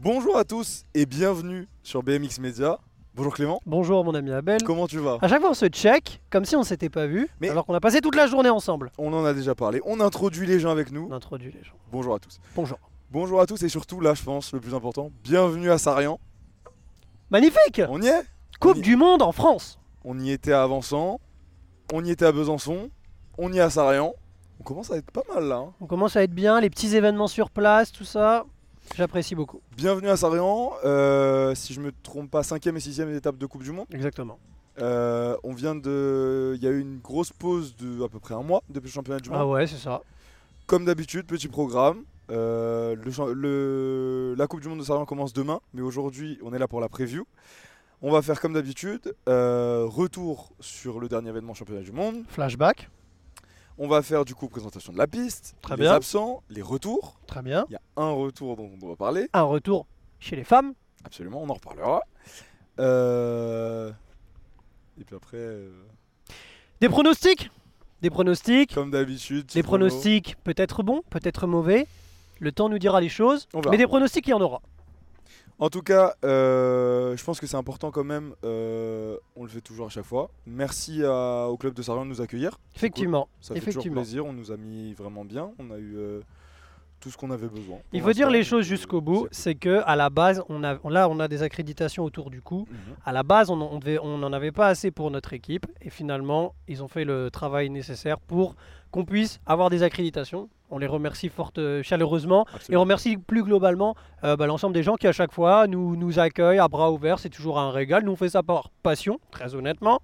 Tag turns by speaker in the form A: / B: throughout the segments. A: Bonjour à tous et bienvenue sur BMX Media. Bonjour Clément,
B: Bonjour mon ami Abel.
A: comment tu vas
B: À chaque fois on se check comme si on s'était pas vu,
A: Mais-
B: alors qu'on a passé toute la journée ensemble.
A: On en a déjà parlé, on introduit les gens avec nous.
B: On introduit les gens.
A: Bonjour à tous.
B: Bonjour.
A: Bonjour à tous et surtout là je pense le plus important, bienvenue à Sarian.
B: Magnifique
A: On y est
B: Coupe
A: on y-
B: du monde en France.
A: On y était à Avançant, on y était à Besançon, on y est à Sarian. On commence à être pas mal là. hein.
B: On commence à être bien, les petits événements sur place, tout ça. J'apprécie beaucoup.
A: Bienvenue à Sarian, euh, si je me trompe pas, cinquième et sixième étape de Coupe du Monde.
B: Exactement.
A: Euh, on vient de... Il y a eu une grosse pause de à peu près un mois depuis le championnat du monde.
B: Ah ouais, c'est ça.
A: Comme d'habitude, petit programme. Euh, le cha- le- la Coupe du Monde de Sarian commence demain, mais aujourd'hui, on est là pour la preview. On va faire comme d'habitude, euh, retour sur le dernier événement championnat du monde.
B: Flashback,
A: On va faire du coup présentation de la piste,
B: Très
A: les
B: bien.
A: absents, les retours.
B: très bien.
A: Il y a un retour dont on doit parler,
B: Un retour chez les femmes.
A: absolument, on en reparlera. Euh, Et puis après, euh,
B: Des pronostics Des pronostics.
A: comme d'habitude, petit
B: Les
A: prono.
B: pronostics peut-être bons, peut-être mauvais. Le temps nous dira les choses.
A: On verra.
B: Mais des pronostics, il y en aura.
A: En tout cas, euh, je pense que c'est important quand même. euh, on le fait toujours à chaque fois. Merci à- au club de Sarrion de nous accueillir.
B: Effectivement.
A: Ça fait toujours
B: Effectivement.
A: plaisir. On nous a mis vraiment bien. On a eu euh, tout ce qu'on avait besoin.
B: Il
A: Pour
B: faut dire
A: l'instant,
B: les choses
A: euh,
B: jusqu'au bout.
A: c'est-
B: C'est que à la base, on a, là, on a des accréditations autour du cou.
A: Mhm.
B: À la base, on n'en on en avait pas assez pour notre équipe. Et finalement, ils ont fait le travail nécessaire pour qu'on puisse avoir des accréditations. On les remercie fort euh, chaleureusement. Et on
A: Absolument.
B: remercie plus globalement euh, bah, l'ensemble des gens qui, à chaque fois, nous, nous accueillent à bras ouverts. C'est toujours un régal. Nous, on fait ça par passion, très honnêtement.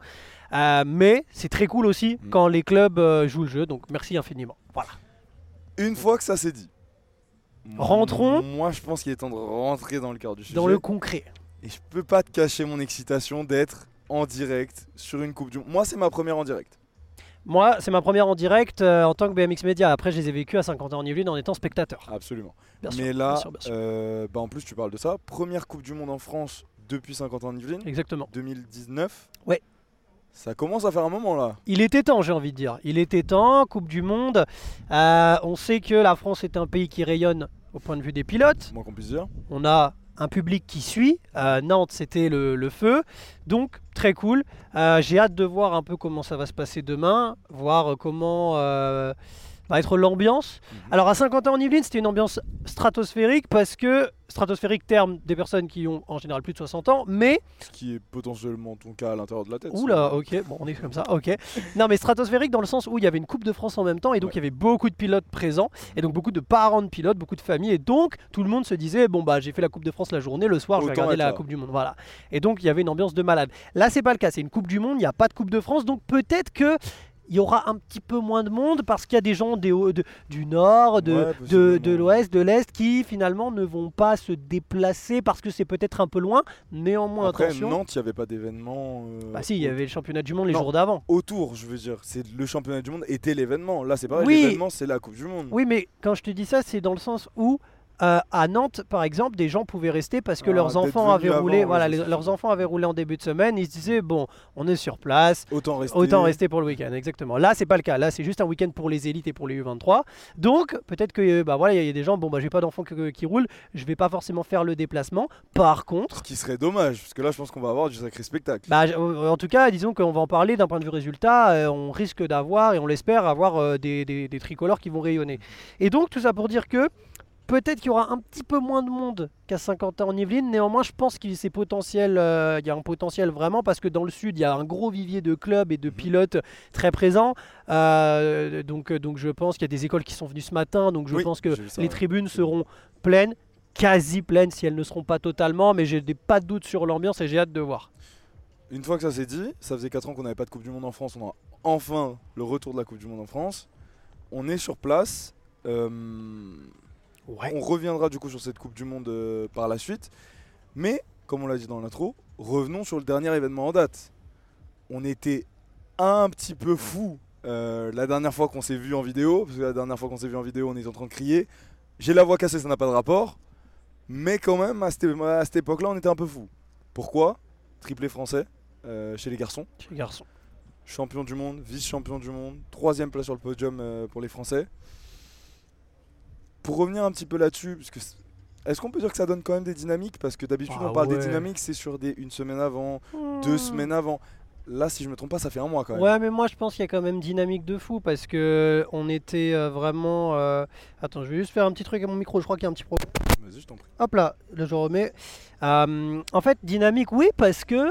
B: Euh, mais c'est très cool aussi
A: Mm.
B: quand les clubs euh, jouent le jeu. Donc, merci infiniment. Voilà.
A: Une fois que ça c'est dit.
B: Rentrons.
A: Moi, je pense qu'il est temps de rentrer dans le cœur du sujet.
B: Dans le concret.
A: Et je peux pas te cacher mon excitation d'être en direct sur une Coupe du Monde. Moi, c'est ma première en direct.
B: Moi, c'est ma première en direct euh, en tant que BMX Media. Après, je les ai vécues à 50 ans en Yvelines en étant spectateur.
A: Absolument.
B: Bien sûr,
A: Ah. Mais là,
B: bien sûr, bien sûr.
A: euh, bah en plus, tu parles de ça. Première Coupe du Monde en France depuis 50 ans de Yvelines.
B: Exactement.
A: 2019.
B: Ouais.
A: Ça commence à faire un moment là.
B: Il était temps, j'ai envie de dire. Il était temps, Coupe du Monde. Euh, on sait que la France est un pays qui rayonne au point de vue des pilotes.
A: C'est moins qu'on puisse dire.
B: On a un public qui suit. Euh, Nantes, c'était le, le feu. Donc, très cool. Euh, j'ai hâte de voir un peu comment ça va se passer demain, voir euh, comment euh, va être l'ambiance.
A: Mhm.
B: Alors, à 50 ans en Yvelines, c'était une ambiance stratosphérique parce que, stratosphérique terme des personnes qui ont en général plus de 60 ans, mais
A: Ce qui est potentiellement ton cas à l'intérieur de la tête.
B: Oula, ok, bon, on est comme ça, ok. Non, mais stratosphérique dans le sens où il y avait une Coupe de France en même temps et donc
A: Ouais.
B: il y avait beaucoup de pilotes présents et donc beaucoup de parents de pilotes, beaucoup de familles et donc tout le monde se disait bon bah j'ai fait la Coupe de France la journée, le soir je vais
A: Autant
B: regarder
A: être
B: la
A: là.
B: Coupe du Monde, voilà. Et donc il y avait une ambiance de malade. Là c'est pas le cas, c'est une Coupe du Monde, il n'y a pas de Coupe de France donc peut-être que il y aura un petit peu moins de monde parce qu'il y a des gens des hauts- de- du nord, de,
A: Ouais,
B: de, de
A: possiblement.
B: l'ouest, de l'est qui finalement ne vont pas se déplacer parce que c'est peut-être un peu loin. Néanmoins,
A: Après,
B: attention.
A: Nantes, il n'y avait pas d'événement. euh,
B: Bah si, il y avait le championnat du monde les
A: Non. Mm.
B: jours d'avant.
A: Autour, je veux dire. C'est le championnat du monde était l'événement. Là, c'est pareil.
B: Oui.
A: L'événement, c'est la Coupe du Monde.
B: Oui, mais quand je te dis ça, c'est dans le sens où euh, à Nantes, par exemple, des gens pouvaient rester parce que
A: Ah,
B: leurs
A: d'être
B: enfants
A: venus
B: avaient
A: avant,
B: roulé.
A: ouais,
B: voilà,
A: c'est
B: les-
A: ça.
B: leurs enfants avaient roulé en début de semaine. Ils se disaient bon, on est sur place,
A: Autant rester.
B: autant rester pour le week-end. Exactement. Là, c'est pas le cas. Là, c'est juste un week-end pour les élites et pour les U23. Donc, peut-être que euh, bah voilà, il y a- il y, a des gens. Bon, bah j'ai pas d'enfants que- que- qui roulent. Je vais pas forcément faire le déplacement. Par contre.
A: Ce qui serait dommage, parce que là, je pense qu'on va avoir du sacré spectacle.
B: Bah, j- euh, en tout cas, disons qu'on va en parler d'un point de vue résultat. euh, on risque d'avoir, et on l'espère, avoir euh, des, des- des tricolores qui vont rayonner. Et donc, tout ça pour dire que peut-être qu'il y aura un petit peu moins de monde qu'à 50 ans en Yvelines. Néanmoins, je pense qu'il c'est potentiel, euh, il y a un potentiel vraiment parce que dans le sud, il y a un gros vivier de clubs et de
A: Mhm.
B: pilotes très présents. Euh, donc, euh, donc, je pense qu'il y a des écoles qui sont venues ce matin. Donc, je
A: Oui,
B: pense que
A: j'ai vu ça,
B: les
A: ouais.
B: tribunes seront pleines, quasi pleines si elles ne seront pas totalement. Mais j'ai des- pas de doute sur l'ambiance et j'ai hâte de voir.
A: Une fois que ça s'est dit, ça faisait 4 ans qu'on n'avait pas de Coupe du Monde en France, on a enfin le retour de la Coupe du Monde en France. On est sur place. euh,
B: Ouais.
A: on reviendra du coup sur cette Coupe du Monde euh, par la suite. Mais, comme on l'a dit dans l'intro, revenons sur le dernier événement en date. On était un petit peu fou la dernière fois qu'on s'est vu en vidéo, parce que la dernière fois qu'on s'est vu en vidéo, on était en train de crier. J'ai la voix cassée, ça n'a pas de rapport. Mais quand même, à cette, à cette époque-là, on était un peu fou. Pourquoi Triplé français euh, chez les garçons
B: Chez les garçons.
A: champion du monde, vice-champion du monde, troisième place sur le podium euh, pour les Français. Pour revenir un petit peu là-dessus, parce que c- Est-ce qu'on peut dire que ça donne quand même des dynamiques Parce que d'habitude,
B: Ah
A: on parle
B: ouais.
A: des dynamiques, c'est sur des une semaine avant, deux
B: Hmm.
A: semaines avant. Là, si je me trompe pas, ça fait un mois quand même.
B: Ouais, mais moi je pense qu'il y a quand même dynamique de fou parce que on était euh, vraiment. euh, Attends, je vais juste faire un petit truc à mon micro. Je crois qu'il y a un petit problème.
A: Vas-y, je t'en prie.
B: Hop là, là je remets. Euh, en fait, dynamique, oui, parce que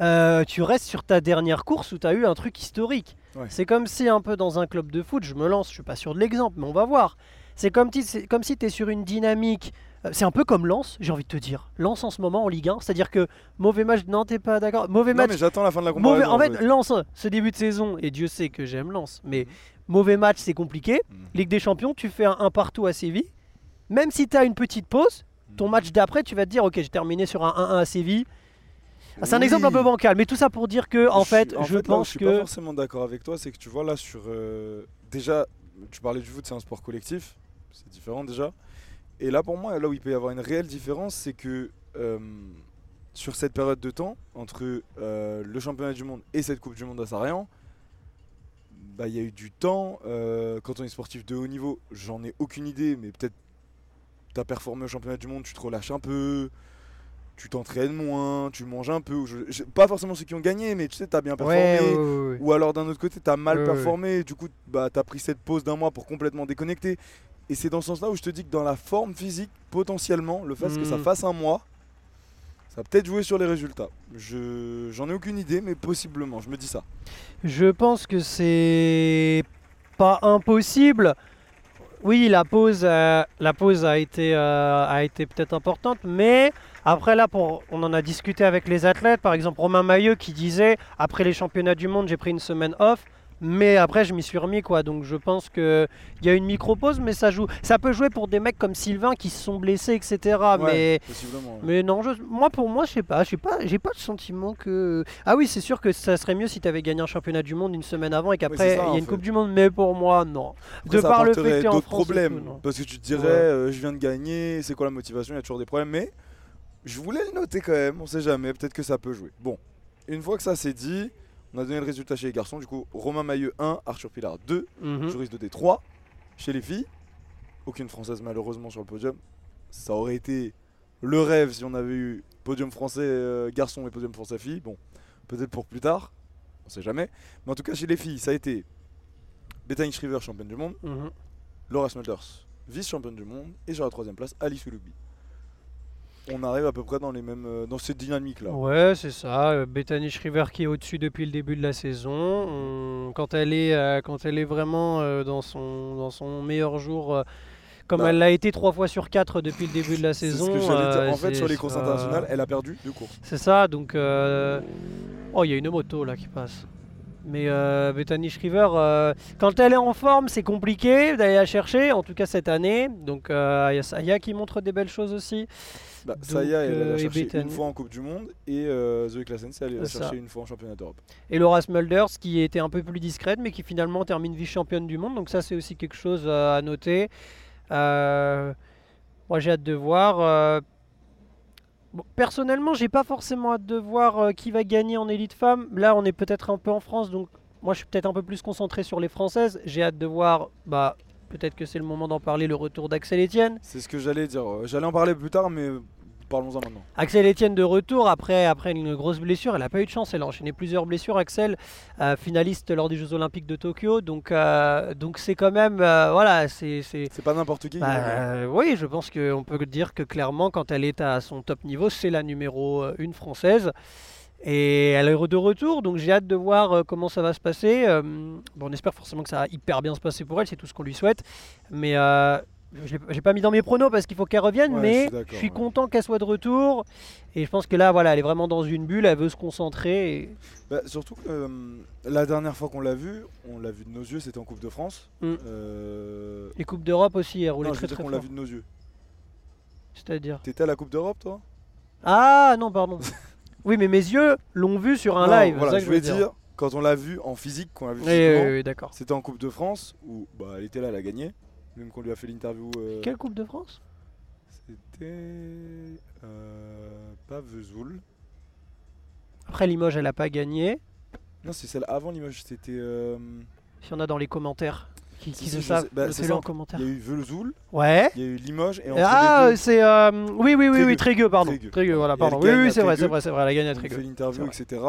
B: euh, tu restes sur ta dernière course où tu as eu un truc historique.
A: Ouais.
B: C'est comme si un peu dans un club de foot, je me lance, je suis pas sûr de l'exemple, mais on va voir. C'est comme, ti- c'est comme si tu es sur une dynamique. euh, C'est un peu comme Lens, j'ai envie de te dire. Lens en ce moment en Ligue 1, c'est-à-dire que mauvais match, non, t'es pas d'accord. Mauvais
A: Non,
B: match,
A: mais j'attends la fin de la
B: Mauvais,
A: comparaison.
B: en fait, Lens, ce début de saison, et Dieu sait que j'aime Lens, mais mauvais match, c'est compliqué.
A: Mhm.
B: Ligue des Champions, tu fais un, un partout à Séville. Même si tu as une petite pause, ton match d'après, tu vas te dire, ok, j'ai terminé sur un 1-1 à Séville. Ah, C'est un
A: Hmm. Oui.
B: exemple un peu bancal, mais tout ça pour dire que, en
A: suis-
B: fait, je
A: là où
B: pense
A: je suis pas
B: que.
A: forcément d'accord avec toi, c'est que tu vois là sur euh, déjà tu parlais du foot, c'est un sport collectif, c'est différent déjà. Et là pour moi, là où il peut y avoir une réelle différence, c'est que euh, sur cette période de temps entre euh, le championnat du monde et cette Coupe du monde à Sarayan, bah il y a eu du temps. euh, quand on est sportif de haut niveau, j'en ai aucune idée, mais peut-être t'as performé au championnat du monde, tu te relâches un peu, tu t'entraînes moins, tu manges un peu. ou je- je- pas forcément ceux qui ont gagné, mais tu sais, t'as bien performé.
B: Ouais, ouais, ouais, ouais.
A: Ou alors d'un autre côté, t'as mal
B: Ouais, ouais.
A: performé, du coup, bah, t'as pris cette pause d'un mois pour complètement déconnecter. Et c'est dans ce sens-là où je te dis que dans la forme physique, potentiellement, le fait que ça
B: Mm.
A: fasse un mois, ça va peut-être jouer sur les résultats. Je j'en ai aucune idée, mais possiblement, je me dis ça.
B: Je pense que c'est pas impossible. Oui, la pause, euh, la pause a été, euh, a été peut-être importante, mais après là, pour, on en a discuté avec les athlètes, par exemple Romain Maillot qui disait après les championnats du monde, j'ai pris une semaine off, mais après je m'y suis remis quoi. Donc je pense que il y a une micro pause, mais ça joue, ça peut jouer pour des mecs comme Sylvain qui se sont blessés, etc. Ah, Mais
A: Ouais, possiblement. ouais.
B: mais non, je- moi pour moi, je sais pas, j'ai pas, j'ai pas le sentiment que. Ah oui, c'est sûr que ça serait mieux si t'avais gagné un championnat du monde une semaine avant et
A: c'est
B: qu'après
A: ça,
B: il y
A: en
B: a une
A: fait.
B: Coupe du Monde, mais pour moi, non.
A: Après,
B: de
A: ça
B: par le fait que
A: apporterait
B: t'es en
A: d'autres
B: France et
A: problèmes.
B: tout, non.
A: parce que tu te dirais,
B: Ouais.
A: euh, je viens de gagner, c'est quoi la motivation Il y a toujours des problèmes. Mais je voulais le noter quand même, on sait jamais, peut-être que ça peut jouer. Bon, une fois que ça c'est dit, on a donné le résultat chez les garçons. Du coup, Romain Mailleux 1, Arthur Pilar 2,
B: Mhm.
A: Joris de 3. Chez les filles, aucune française malheureusement sur le podium. Ça aurait été le rêve si on avait eu podium français euh, garçon et podium français filles. Bon, peut-être pour plus tard, on sait jamais. Mais en tout cas, chez les filles, ça a été Bethany Shriver, championne du monde.
B: Mhm.
A: Laura Smulders, vice-championne du monde, et sur la troisième place, Alice Ulubi. On arrive à peu près dans les mêmes, euh, dans cette dynamique là.
B: Ouais, c'est ça. euh, Bethany Shriver qui est au-dessus depuis le début de la saison. On- Quand elle est, euh, quand elle est vraiment euh, dans son, dans son meilleur jour. euh, Comme
A: Bah.
B: elle l'a été trois fois sur quatre depuis le début de la
A: C'est ce
B: saison.
A: que j'allais dire.
B: euh,
A: En fait, sur
B: c'est-
A: les courses
B: euh,
A: internationales, elle a perdu deux courses.
B: C'est ça, donc. euh, Oh, il y a une moto là qui passe. Mais euh, Bethany Shriver, euh, quand elle est en forme, c'est compliqué d'aller la chercher, en tout cas cette année. Donc euh, il y a Saya qui montre des belles choses aussi.
A: Bah,
B: Donc,
A: Saya, elle
B: euh,
A: l'a
B: et
A: cherché une
B: Bethany.
A: fois en Coupe du Monde, et euh, Zoé Klassense, elle l'a
B: C'est
A: cherché
B: ça.
A: une fois en Championnat d'Europe.
B: Et Laura Smulders qui était un peu plus discrète, mais qui finalement termine vice-championne du monde. Donc ça, c'est aussi quelque chose euh, à noter. Euh, moi, j'ai hâte de voir. euh, bon, personnellement, j'ai pas forcément hâte de voir euh, qui va gagner en élite femme. Là, on est peut-être un peu en France, donc moi, je suis peut-être un peu plus concentré sur les Françaises. J'ai hâte de voir. Bah, peut-être que c'est le moment d'en parler. Le retour d'Axel Etienne.
A: C'est ce que j'allais dire. Euh, J'allais en parler plus tard, mais euh, parlons-en maintenant.
B: Axel Etienne de retour après, après une grosse blessure. Elle n'a pas eu de chance, elle a enchaîné plusieurs blessures. Axel, euh, finaliste lors des Jeux Olympiques de Tokyo. Donc euh, donc c'est quand même. euh, voilà, c'est. c'est-
A: C'est pas n'importe qui.
B: bah,
A: mais-
B: euh, oui, je pense qu'on peut dire que clairement, quand elle est à son top niveau, c'est la numéro euh, une française. Et elle est de retour, donc j'ai hâte de voir euh, comment ça va se passer. Euh, bon, on espère forcément que ça va hyper bien se passer pour elle, c'est tout ce qu'on lui souhaite. Mais euh, je l'ai- j'ai pas mis dans mes pronos parce qu'il faut qu'elle revienne,
A: Ouais, je suis
B: mais
A: d'accord,
B: je suis
A: ouais.
B: content qu'elle soit de retour. Et je pense que là, voilà, elle est vraiment dans une bulle, elle veut se concentrer. et-
A: Bah, surtout que euh, la dernière fois qu'on l'a vu, on l'a vu de nos yeux, c'était en Coupe de France.
B: Mm.
A: Euh,
B: Les Coupes d'Europe aussi, elle roulait
A: Non, je veux dire
B: très très
A: qu'on l'a
B: fort.
A: vu de nos yeux.
B: C'est-à-dire.
A: T'étais à la Coupe d'Europe, toi
B: Ah non, pardon. oui, mais mes yeux l'ont vu sur un
A: Non,
B: live. c'est
A: voilà,
B: ça que
A: je voulais dire. quand on l'a vu en physique, qu'on l'a vu
B: Oui, oui,
A: physiquement,
B: oui, oui, d'accord.
A: c'était en Coupe de France où bah, elle était là, elle a gagné. Même qu'on lui a fait l'interview. euh,
B: Quelle Coupe de France
A: C'était. euh, pas Vesoul.
B: Après Limoges, elle a pas gagné.
A: Non, c'est celle avant Limoges, c'était. euh,
B: S'il y en a dans les commentaires. qui,
A: Si,
B: qui
A: si,
B: le
A: je
B: savent
A: sais. Bah, c'est
B: Notez-le en
A: simple.
B: commentaire.
A: Il y a eu Velozoul,
B: Ouais.
A: il y a eu Limoges et entre
B: Ah,
A: les deux,
B: c'est. euh, oui, oui, oui, oui,
A: Trégueux.
B: Trégueux, pardon.
A: Trégueux.
B: Trégueux, voilà,
A: Et elle
B: pardon. Oui,
A: gagne
B: oui,
A: à
B: c'est vrai, c'est
A: Trégueux.
B: vrai, c'est vrai, la gagne à
A: on fait
B: Trégueux.
A: l'interview,
B: C'est
A: etc.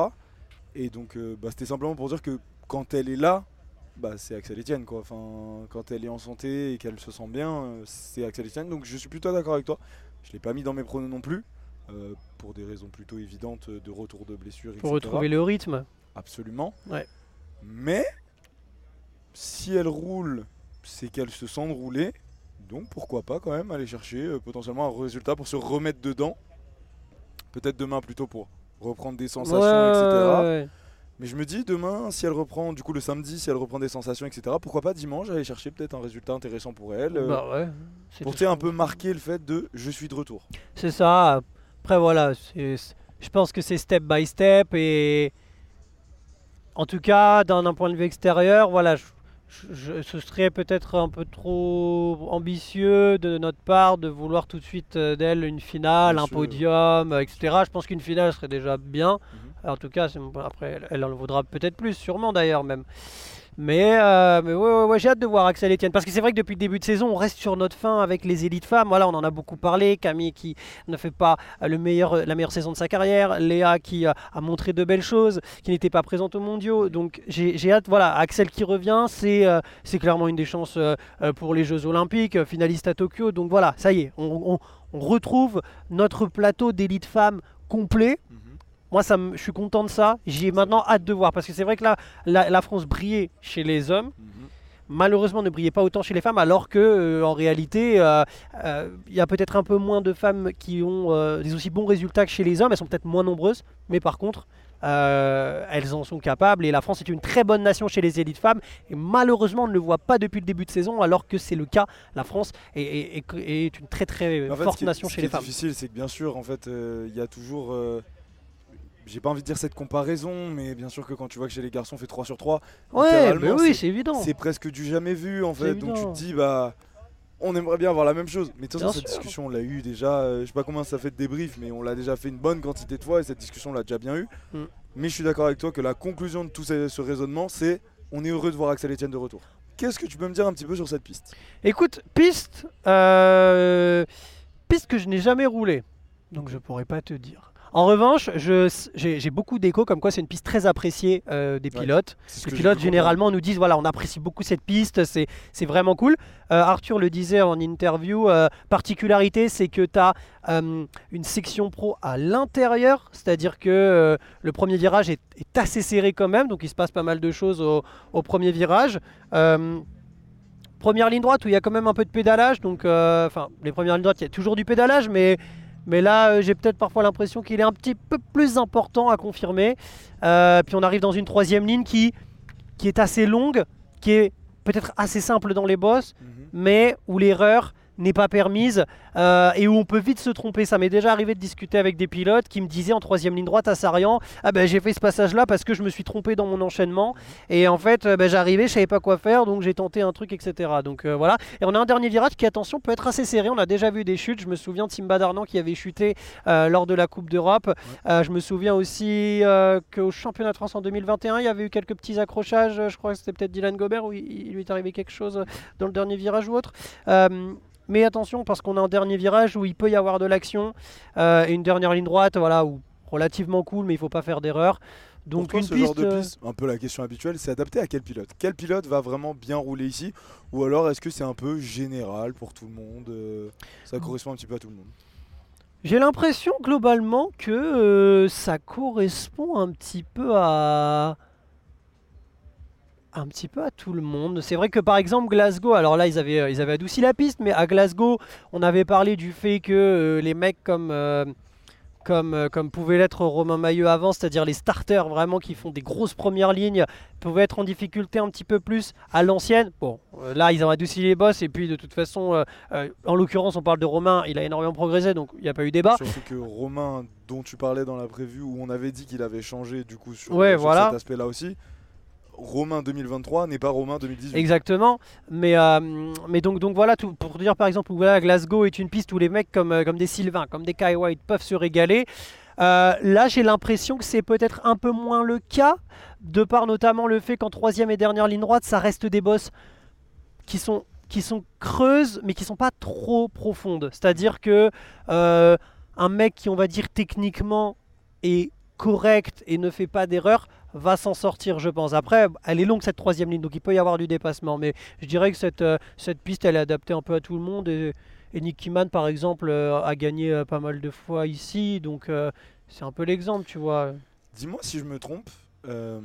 A: Et donc, euh, bah, c'était simplement pour dire que quand elle est là, bah, c'est Axel Etienne. Quoi. Enfin, quand elle est en santé et qu'elle se sent bien, euh, c'est Axel Etienne. Donc, je suis plutôt d'accord avec toi. Je l'ai pas mis dans mes pronos non plus, euh, pour des raisons plutôt évidentes de retour de blessure, etc.
B: Pour retrouver le rythme.
A: Absolument.
B: Ouais.
A: Mais si elle roule, c'est qu'elle se sent rouler. Donc pourquoi pas quand même aller chercher euh, potentiellement un résultat pour se remettre dedans. Peut-être demain plutôt pour reprendre des sensations,
B: Ouais,
A: etc.
B: ouais, ouais.
A: Mais je me dis demain, si elle reprend, du coup le samedi, si elle reprend des sensations, etc. Pourquoi pas dimanche aller chercher peut-être un résultat intéressant pour elle. euh,
B: Bah ouais, c'est
A: pour tu
B: tout
A: sais,
B: ce
A: un
B: qu'on-
A: peu marquer le fait de je suis de retour.
B: C'est ça. Après, voilà, c'est- je pense que c'est step by step et en tout cas, d'un d'un point de vue extérieur, voilà, je- je- je- ce serait peut-être un peu trop ambitieux de notre part de vouloir tout de suite euh, d'elle une finale,
A: Bien
B: un
A: sûr.
B: podium, euh, etc. Je pense qu'une finale serait déjà bien.
A: Mhm.
B: En tout cas, c'est mon point. après, elle- elle en vaudra peut-être plus, sûrement d'ailleurs même. Mais, euh, mais ouais, ouais, ouais, j'ai hâte de voir Axel Etienne. Parce que c'est vrai que depuis le début de saison, on reste sur notre fin avec les élites femmes. Voilà, on en a beaucoup parlé. Camille qui ne fait pas euh, le meilleur, euh, la meilleure saison de sa carrière. Léa qui euh, a montré de belles choses, qui n'était pas présente aux mondiaux. Donc j'ai j'ai hâte. Voilà, Axel qui revient, c'est euh, c'est clairement une des chances euh, euh, pour les Jeux Olympiques, euh, finaliste à Tokyo. Donc voilà, ça y est, on, on- on retrouve notre plateau d'élite femmes complet. Moi, ça me- je suis content de ça. J'ai maintenant hâte de voir. Parce que c'est vrai que là, la, la France brillait chez les hommes.
A: Mhm.
B: Malheureusement, ne brillait pas autant chez les femmes. Alors que, euh, en réalité, euh, euh, il y a peut-être un peu moins de femmes qui ont euh, des aussi bons résultats que chez les hommes. Elles sont peut-être moins nombreuses. Mais par contre, euh, elles en sont capables. Et la France est une très bonne nation chez les élites femmes. Et malheureusement, on ne le voit pas depuis le début de saison. Alors que c'est le cas. La France est, est- est- est une très, très
A: Mais en fait, ce
B: forte
A: qui est-
B: nation
A: ce qui
B: chez les
A: est
B: femmes.
A: difficile, c'est que bien sûr, en fait, euh, il y a toujours. euh, J'ai pas envie de dire cette comparaison, mais bien sûr que quand tu vois que chez les garçons, on fait 3 sur 3,
B: Ouais,
A: littéralement,
B: mais oui, c'est évident.
A: c'est presque du jamais vu en
B: C'est
A: fait. Donc tu
B: évident.
A: te dis, bah. On aimerait bien avoir la même chose. Mais de toute
B: Bien
A: façon, cette
B: sûr.
A: discussion, on l'a eu déjà. euh, je sais pas combien ça fait de débrief, mais on l'a déjà fait une bonne quantité de fois et cette discussion, on l'a déjà bien eu.
B: Mm.
A: Mais je suis d'accord avec toi que la conclusion de tout ce, ce raisonnement, c'est on est heureux de voir Axel Etienne de retour. Qu'est-ce que tu peux me dire un petit peu sur cette piste
B: Écoute, piste, euh, piste que je n'ai jamais roulée, donc je pourrais pas te dire. En revanche, je- j'ai j'ai beaucoup d'échos comme quoi c'est une piste très appréciée euh, des
A: Ouais.
B: pilotes.
A: C'est ce
B: Les
A: que j'ai
B: pilotes
A: pu comprendre.
B: généralement nous disent voilà, on apprécie beaucoup cette piste, c'est c'est vraiment cool. Euh, Arthur le disait en interview, euh, particularité c'est que tu as une section pro à l'intérieur, c'est-à-dire que euh, le premier virage est, est assez serré quand même, donc il se passe pas mal de choses au, au premier virage. Euh, première ligne droite où il y a quand même un peu de pédalage, donc euh, enfin les premières lignes droites il y a toujours du pédalage, mais mais là, euh, j'ai peut-être parfois l'impression qu'il est un petit peu plus important à confirmer. Euh, puis on arrive dans une troisième ligne qui, qui est assez longue, qui est peut-être assez simple dans les bosses,
A: Mhm.
B: mais où l'erreur n'est pas permise euh, et où on peut vite se tromper. Ça m'est déjà arrivé de discuter avec des pilotes qui me disaient en troisième ligne droite à Sarian, ah ben j'ai fait ce passage-là parce que je me suis trompé dans mon enchaînement et en fait euh, ben, j'arrivais, je savais pas quoi faire donc j'ai tenté un truc etc. Donc euh, voilà. Et on a un dernier virage qui attention peut être assez serré. On a déjà vu des chutes. Je me souviens de Simba Darnan qui avait chuté euh, lors de la Coupe d'Europe. Euh, je me souviens aussi euh, qu'au championnat de France en 2021, il y avait eu quelques petits accrochages. Je crois que c'était peut-être Dylan Gobert où il, il lui est arrivé quelque chose euh, dans le dernier virage ou autre. Euh, mais attention, parce qu'on a un dernier virage où il peut y avoir de l'action euh, et une dernière ligne droite, voilà, où relativement cool, mais il faut pas faire d'erreur.
A: Pour
B: Donc
A: toi,
B: une
A: ce
B: piste,
A: genre de
B: euh,
A: piste, un peu la question habituelle, c'est adapté à quel pilote Quel pilote va vraiment bien rouler ici Ou alors est-ce que c'est un peu général pour tout le monde euh,
B: Oh.
A: Ça correspond un petit peu à tout le monde.
B: J'ai l'impression globalement que euh, ça correspond un petit peu à un petit peu à tout le monde. C'est vrai que par exemple Glasgow, alors là ils avaient euh, ils avaient adouci la piste, mais à Glasgow on avait parlé du fait que euh, les mecs comme euh, comme, euh, comme pouvait l'être Romain Maillot avant, c'est-à-dire les starters vraiment qui font des grosses premières lignes, pouvaient être en difficulté un petit peu plus à l'ancienne. Bon, euh, là ils ont adouci les bosses et puis de toute façon, euh, euh, en l'occurrence on parle de Romain, il a énormément progressé donc il n'y a pas eu débat.
A: Surtout que Romain, dont tu parlais dans la preview, où on avait dit qu'il avait changé du coup sur, euh,
B: Ouais,
A: sur
B: voilà.
A: cet aspect-là aussi, Romain 2023 n'est pas Romain 2018.
B: Exactement. Mais, euh, mais donc, donc voilà, tout, pour dire par exemple, voilà, Glasgow est une piste où les mecs comme, euh, comme des Sylvains, comme des Kai White peuvent se régaler. Euh, là, j'ai l'impression que c'est peut-être un peu moins le cas, de par notamment le fait qu'en troisième et dernière ligne droite, ça reste des bosses qui sont, qui sont creuses, mais qui sont pas trop profondes. C'est-à-dire que euh, un mec qui, on va dire, techniquement est correct et ne fait pas d'erreur va s'en sortir, je pense. Après, elle est longue cette troisième ligne, donc il peut y avoir du dépassement, mais je dirais que cette, euh, cette piste, elle est adaptée un peu à tout le monde. Et, et Nicky Mann, par exemple, euh, a gagné euh, pas mal de fois ici, donc euh, c'est un peu l'exemple, tu vois.
A: Dis-moi si je me trompe, euh,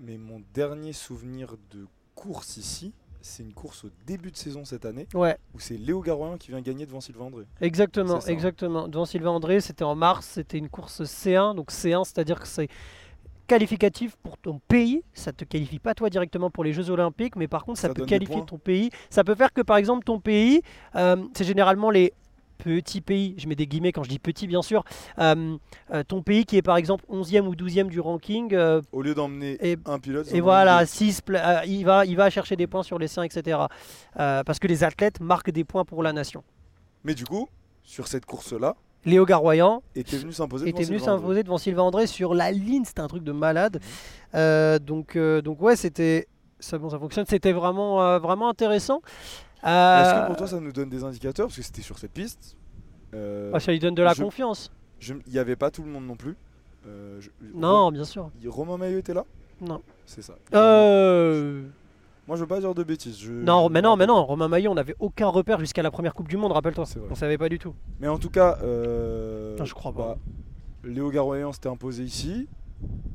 A: mais mon dernier souvenir de course ici, c'est une course au début de saison cette année,
B: Ouais,
A: où c'est Léo Garoyan qui vient gagner devant Sylvain André.
B: exactement,
A: C'est ça.
B: exactement. Devant Sylvain André, c'était en mars, c'était une course C1, donc C1, c'est-à-dire que c'est qualificatif pour ton pays, ça te qualifie pas toi directement pour les Jeux Olympiques, mais par contre ça,
A: Ça
B: peut
A: donne des
B: qualifier
A: points.
B: ton pays. Ça peut faire que par exemple ton pays, euh, c'est généralement les petits pays, je mets des guillemets quand je dis petit bien sûr, euh, euh, ton pays qui est par exemple 11e ou 12e du ranking euh,
A: Au lieu d'emmener
B: et
A: un pilote, ils
B: Et
A: en
B: voilà,
A: emmènent
B: six pla- euh, il, va, il va chercher des points sur les siens, etc. Euh, parce que les athlètes marquent des points pour la nation.
A: deux. Mais du coup, sur cette course-là,
B: Léo Garoyan
A: était venu s'imposer devant
B: était venu
A: Sylvain André.
B: s'imposer devant Sylvain André sur la ligne, c'était un truc de malade.
A: Mhm.
B: Euh, donc, euh, donc ouais, c'était ça, bon, ça fonctionne, c'était vraiment, euh, vraiment intéressant. Euh,
A: Est-ce que pour toi ça nous donne des indicateurs Parce que c'était sur cette piste. euh,
B: ah, ça lui donne de la
A: je-
B: confiance.
A: je- Il n'y avait pas tout le monde non plus. Euh, je-
B: Non, bien sûr.
A: Ro- Romain Maillot était là
B: Non.
A: C'est ça.
B: Euh,
A: Moi je veux pas dire de bêtises. je-
B: non,
A: je-
B: mais non, mais non. Romain Maillot, on n'avait aucun repère jusqu'à la première Coupe du Monde, rappelle-toi.
A: C'est vrai.
B: On savait pas du tout.
A: Mais en tout cas, euh,
B: Non, je crois pas.
A: bah, Léo Garoyan s'était imposé ici.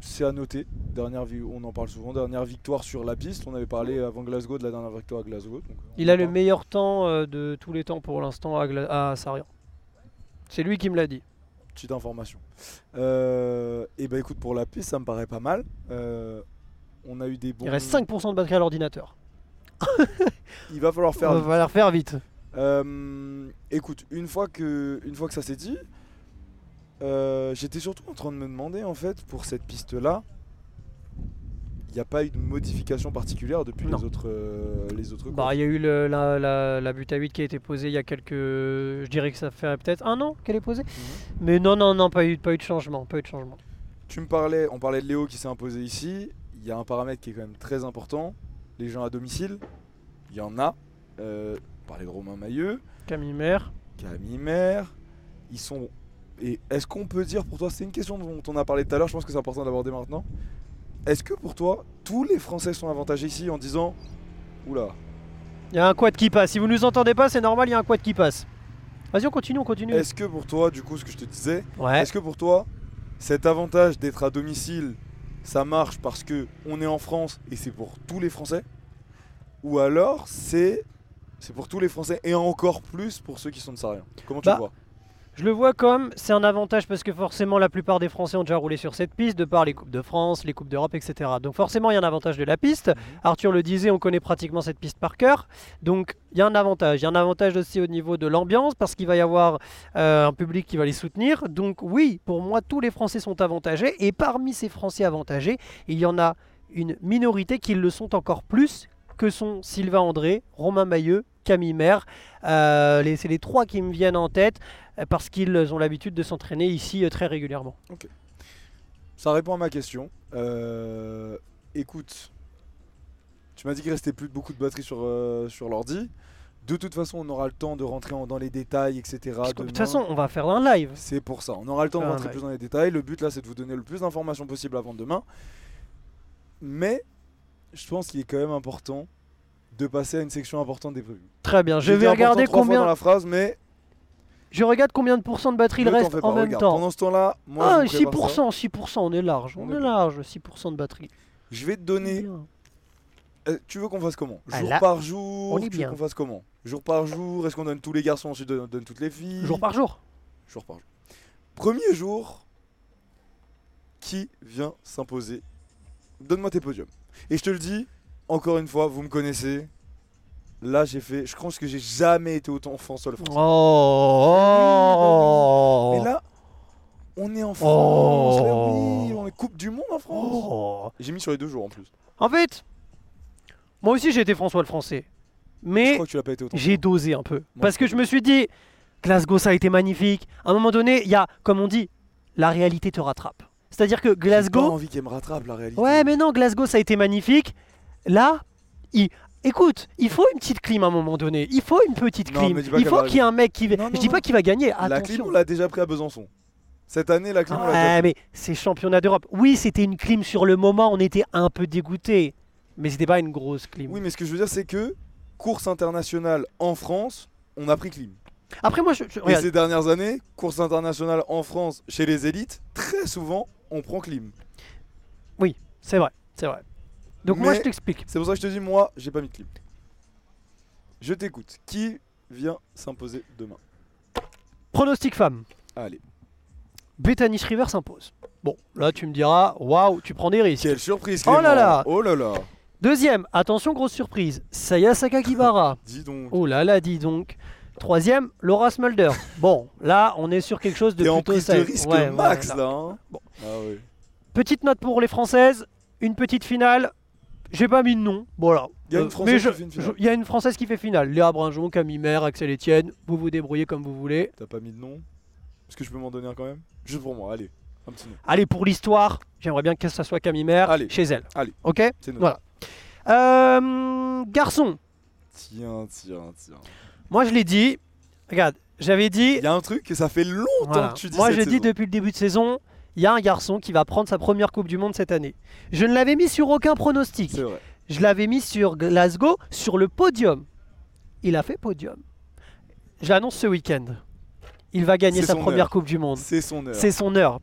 A: C'est à noter. Dernière vi- on en parle souvent. Dernière victoire sur la piste. On avait parlé avant Glasgow de la dernière victoire à Glasgow. donc euh, on
B: Il a
A: en
B: le
A: parle.
B: meilleur temps euh, de tous les temps pour l'instant à, Gla- à Sarrian. C'est lui qui me l'a dit.
A: Petite information. Euh, et bah écoute, pour la piste, ça me paraît pas mal. Euh, on a eu des bons.
B: Il reste 5% de batterie à l'ordinateur.
A: Il va falloir faire
B: On
A: vite.
B: va la refaire vite.
A: Euh, écoute, une fois que, une fois que ça s'est dit, euh, j'étais surtout en train de me demander en fait pour cette piste là, il n'y a pas eu de modification particulière depuis
B: Non.
A: les autres, euh, les autres
B: Bah,
A: courses.
B: il y a eu le- la, la, la butte à 8 qui a été posée il y a quelques. Je dirais que ça fait peut-être un an qu'elle est posée. Mais non, non, non, pas eu, pas eu de changement. Pas eu de changement.
A: Tu me parlais, on parlait de Léo qui s'est imposé ici. Il y a un paramètre qui est quand même très important. Les gens à domicile, il y en a. Euh, on parlait de Romain Mailleux,
B: Camille Maire.
A: Camille Maire. Ils sont. Et est-ce qu'on peut dire pour toi, c'est une question dont on a parlé tout à l'heure, je pense que c'est important d'aborder maintenant. Est-ce que pour toi, tous les Français sont avantagés ici en disant Oula,
B: Il y a un quad qui passe. Si vous nous entendez pas, c'est normal, il y a un quad qui passe. Vas-y, on continue, on continue.
A: est-ce que pour toi, du coup, ce que je te disais,
B: Ouais.
A: est-ce que pour toi, cet avantage d'être à domicile, ça marche parce que on est en France et c'est pour tous les Français Ou alors c'est. C'est pour tous les Français et encore plus pour ceux qui sont de Sarriens. Comment tu
B: Bah,
A: le vois
B: Je le vois comme c'est un avantage parce que forcément la plupart des Français ont déjà roulé sur cette piste de par les coupes de France, les coupes d'Europe, etc. Donc forcément il y a un avantage de la piste. Arthur le disait, on connaît pratiquement cette piste par cœur. Donc il y a un avantage. Il y a un avantage aussi au niveau de l'ambiance parce qu'il va y avoir euh, un public qui va les soutenir. Donc oui, pour moi tous les Français sont avantagés et parmi ces Français avantagés, il y en a une minorité qui le sont encore plus que sont Sylvain André, Romain Mailleux, Camille Maire. Euh, les- c'est les trois qui me viennent en tête euh, parce qu'ils ont l'habitude de s'entraîner ici euh, très régulièrement.
A: Ça répond à ma question. Euh, écoute, tu m'as dit qu'il restait plus de beaucoup de batterie sur, euh, sur l'ordi. De toute façon, on aura le temps de rentrer en- dans les détails, etc.
B: Parce que, de
A: demain.
B: toute façon, on va faire un live.
A: c'est pour ça. On aura le temps de
B: Ah,
A: rentrer
B: ouais.
A: plus dans les détails. Le but là, c'est de vous donner le plus d'informations possible avant demain. Mais je pense qu'il est quand même important de passer à une section importante des prévus.
B: Très bien. Je
A: J'ai dit
B: vais
A: important
B: regarder
A: trois fois dans
B: combien.
A: la phrase, mais
B: Je regarde combien de pourcents de batterie il
A: ne t'en
B: reste
A: fais
B: en
A: pas,
B: même
A: regarde.
B: temps.
A: Pendant ce temps-là, moi,
B: ah,
A: je vous prépare ça.
B: 6%, 6%, on est large, on,
A: On
B: est
A: est
B: large, 6% de batterie.
A: Je vais te donner
B: Bien.
A: Euh, tu veux qu'on fasse comment
B: Ah,
A: Jour
B: là,
A: par jour
B: on est
A: Tu veux
B: bien.
A: qu'on fasse comment Jour par jour Est-ce qu'on donne tous les garçons, ensuite on donne toutes les filles
B: Jour par jour.
A: Jour par jour. Premier jour, qui vient s'imposer Donne-moi tes podiums. Et je te le dis, encore une fois, vous me connaissez. Là, j'ai fait. Je pense que j'ai jamais été autant en France sur le
B: Oh,
A: français.
B: oh,
A: Mais là, on est en France. mais
B: Oh.
A: oui, on est Coupe du Monde en France.
B: oh.
A: J'ai mis sur les deux jours en plus.
B: En fait, moi aussi j'ai été François le Français,
A: Je
B: mais
A: crois que tu l'as pas été autant.
B: j'ai dosé un peu. parce
A: je
B: que
A: peux
B: je me suis dit, Glasgow ça a été magnifique. À un moment donné, il y a, comme on dit, la réalité te rattrape. C'est-à-dire que
A: J'ai pas
B: Glasgow,
A: envie qu'elle me rattrape la réalité.
B: Ouais, mais non, Glasgow, ça a été magnifique. Là, il, Écoute, il faut une petite clim à un moment donné. Il faut une petite
A: Non,
B: clim.
A: mais dis pas
B: il
A: qu'elle
B: faut
A: va
B: qu'il y ait un mec qui. va-
A: Non, non,
B: je dis pas
A: non.
B: qu'il va gagner.
A: La clim,
B: Attention.
A: on l'a déjà pris à Besançon. Cette année, la clim, on l'a déjà
B: Ah, mais c'est championnat d'Europe. Oui, c'était une clim sur le moment. On était un peu dégoûté, mais c'était pas une grosse clim.
A: Oui, mais ce que je veux dire, c'est que course internationale en France, on a pris clim.
B: Après, moi, je, je-
A: Et
B: regarde,
A: ces dernières années, course internationale en France chez les élites, très souvent, on prend clim.
B: c'est vrai, c'est vrai. Donc moi,
A: Mais-
B: je t'explique.
A: C'est pour ça que je te dis, moi, j'ai pas mis de clim. Je t'écoute. Qui vient s'imposer demain
B: Pronostic femme.
A: Allez.
B: Bethany River s'impose. Bon, là, tu me diras, waouh, tu prends des risques.
A: Quelle surprise
B: Oh là
A: Clément.
B: là
A: Oh là là
B: Deuxième, attention, grosse surprise. Saya Sakakibara.
A: Dis donc.
B: Oh là là, dis donc. Troisième, Laura Smulder. Bon, là, on est sur quelque chose de
A: T'es en
B: plutôt
A: prise de
B: safe.
A: risque
B: Ouais, ouais,
A: max
B: là.
A: là. hein.
B: Bon.
A: Ah ouais.
B: Petite note pour les Françaises, une petite finale. J'ai pas mis de nom, voilà.
A: Il y a
B: Euh,
A: une Française
B: mais je-
A: qui fait une finale.
B: je- Il y a une Française qui fait finale. Léa Brinjon, Camille Mer, Axel Etienne, vous vous débrouillez comme vous voulez.
A: T'as pas mis de nom Est-ce que je peux m'en donner un quand même Juste pour moi, allez. Un petit nom.
B: Allez, pour l'histoire, j'aimerais bien que ça soit Camille Mer
A: Allez.
B: chez elle.
A: Allez.
B: Ok
A: C'est notre.
B: Voilà. Euh, Garçon,
A: Tiens, tiens, tiens.
B: moi je l'ai dit. Regarde, j'avais dit.
A: Il y a un truc que ça fait longtemps
B: Voilà.
A: que tu dis
B: Moi,
A: cette
B: je dis
A: saison.
B: depuis le début de saison, il y a un garçon qui va prendre sa première Coupe du Monde cette année. Je ne l'avais mis sur aucun pronostic.
A: C'est vrai.
B: Je l'avais mis sur Glasgow, sur le podium. Il a fait podium. Je l'annonce ce week-end. Il va gagner
A: C'est
B: sa
A: son
B: première
A: heure.
B: Coupe du Monde.
A: C'est son heure.
B: C'est son heure.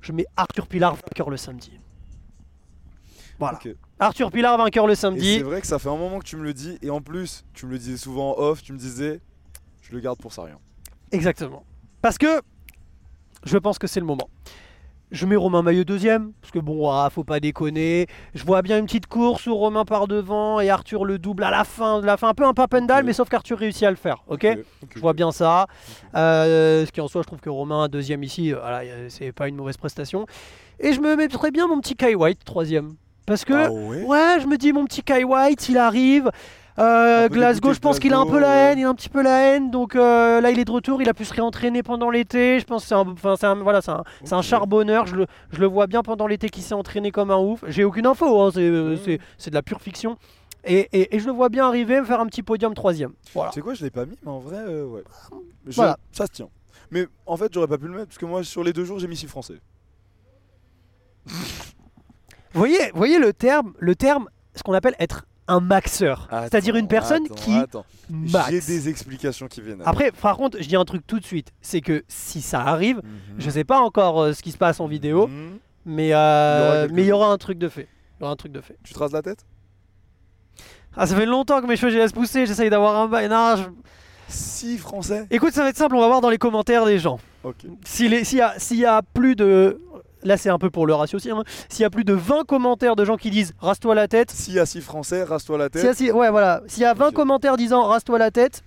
B: Je mets Arthur Pilar vainqueur le samedi. Voilà.
A: Ok. Et
B: Arthur Pilar vainqueur le
A: c'est
B: samedi.
A: vrai que ça fait un moment que tu me le dis. Et en plus, tu me le disais souvent en off. Tu me disais, je le garde pour ça rien.
B: Exactement. Parce que je pense que c'est le moment. Je mets Romain Maillot deuxième, parce que bon, ah, faut pas déconner. Je vois bien une petite course où Romain part devant et Arthur le double à la fin, de la fin un peu un papendal,
A: Ok.
B: mais sauf qu'Arthur réussit à le faire, ok,
A: Ok, ok,
B: Je vois
A: ok.
B: bien ça. Euh, ce qui en soi, je trouve que Romain deuxième ici, euh, voilà, y a- c'est pas une mauvaise prestation. Et je me mettrais bien mon petit Kai White troisième, parce que
A: Ah ouais
B: Ouais, je me dis, mon petit Kai White, il arrive. Euh,
A: Un peu
B: Glasgow,
A: dégoûté
B: je
A: de
B: pense qu'il a un peu
A: Glasgow,
B: la
A: ouais.
B: haine, il a un petit peu la haine, donc euh, là il est de retour, il a pu se réentraîner pendant l'été, je pense que c'est un, enfin, c'est un- voilà, c'est un, c'est un
A: Ok.
B: charbonneur, je le, je le vois bien pendant l'été qui s'est entraîné comme un ouf, j'ai aucune info, hein, c'est euh,
A: Mm.
B: c'est- c'est de la pure fiction, et, et- et je le vois bien arriver, faire un petit podium troisième. Voilà.
A: Tu sais quoi, je l'ai pas mis, mais en vrai, euh, ouais. Je-
B: Voilà.
A: Ça se tient. Mais en fait, j'aurais pas pu le mettre parce que moi, sur les deux jours, j'ai mis 6 français.
B: Vous voyez, vous voyez le terme, le terme, ce qu'on appelle être un maxeur, c'est-à-dire une
A: Attends,
B: personne
A: attends,
B: qui
A: attends.
B: maxe.
A: J'ai des explications qui viennent.
B: Après, par contre, je dis un truc tout de suite, c'est que si ça arrive,
A: Mhm.
B: Je sais pas encore euh, ce qui se passe en vidéo,
A: Mhm.
B: mais euh,
A: quelque
B: mais il y
A: chose.
B: aura un truc de fait. Il y aura un truc de fait.
A: Tu traces la tête
B: Ah, ça fait longtemps que mes cheveux, je les laisse pousser, j'essaye d'avoir un bail. Non, je-
A: 6 français
B: Écoute, ça va être simple, on va voir dans les commentaires des gens.
A: Ok.
B: S'il est- S'il y, a- s'il y a plus de. Là, c'est un peu pour le ratio aussi. hein. S'il y a plus de 20 commentaires de gens qui disent rase-toi la tête.
A: Si à 6 français, rase-toi la
B: S'il y, a-
A: tête.
B: si- ouais, voilà. S'il y a 20
A: Ok.
B: commentaires disant rase-toi la tête,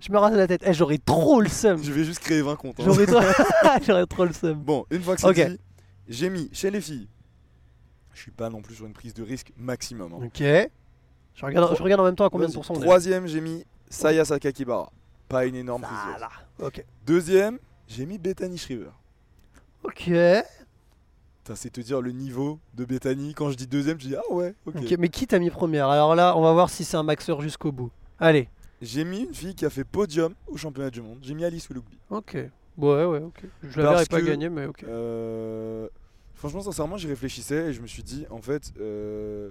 B: je me rase la tête. Eh, J'aurais trop le seum.
A: Je vais juste créer 20 comptes. hein.
B: J'aurais trop... j'aurais trop le seum.
A: Bon, une fois que c'est
B: Ok.
A: dit, j'ai mis chez les filles. Je suis pas non plus sur une prise de risque maximum. hein.
B: Ok. Je regarde, je regarde en même temps à combien de
A: Vas-y.
B: pourcents on est.
A: Troisième, j'ai mis Saya Sakakibara. Pas une énorme prise de risque.
B: Voilà. Ok.
A: Deuxième, j'ai mis Bethany Shriver.
B: Ok.
A: Putain, c'est te dire le niveau de Bethany. Quand je dis deuxième, je dis ah ouais, ok.
B: Ok, mais qui t'a mis première Alors là, on va voir si c'est un maxeur jusqu'au bout. Allez.
A: J'ai mis une fille qui a fait podium au championnat du monde. J'ai mis Alice Willoughby.
B: Ok. Ouais, ouais, ok. Je la
A: Parce
B: verrai pas
A: que-
B: gagner, mais ok.
A: Euh, franchement, sincèrement, j'y réfléchissais et je me suis dit, en fait, euh,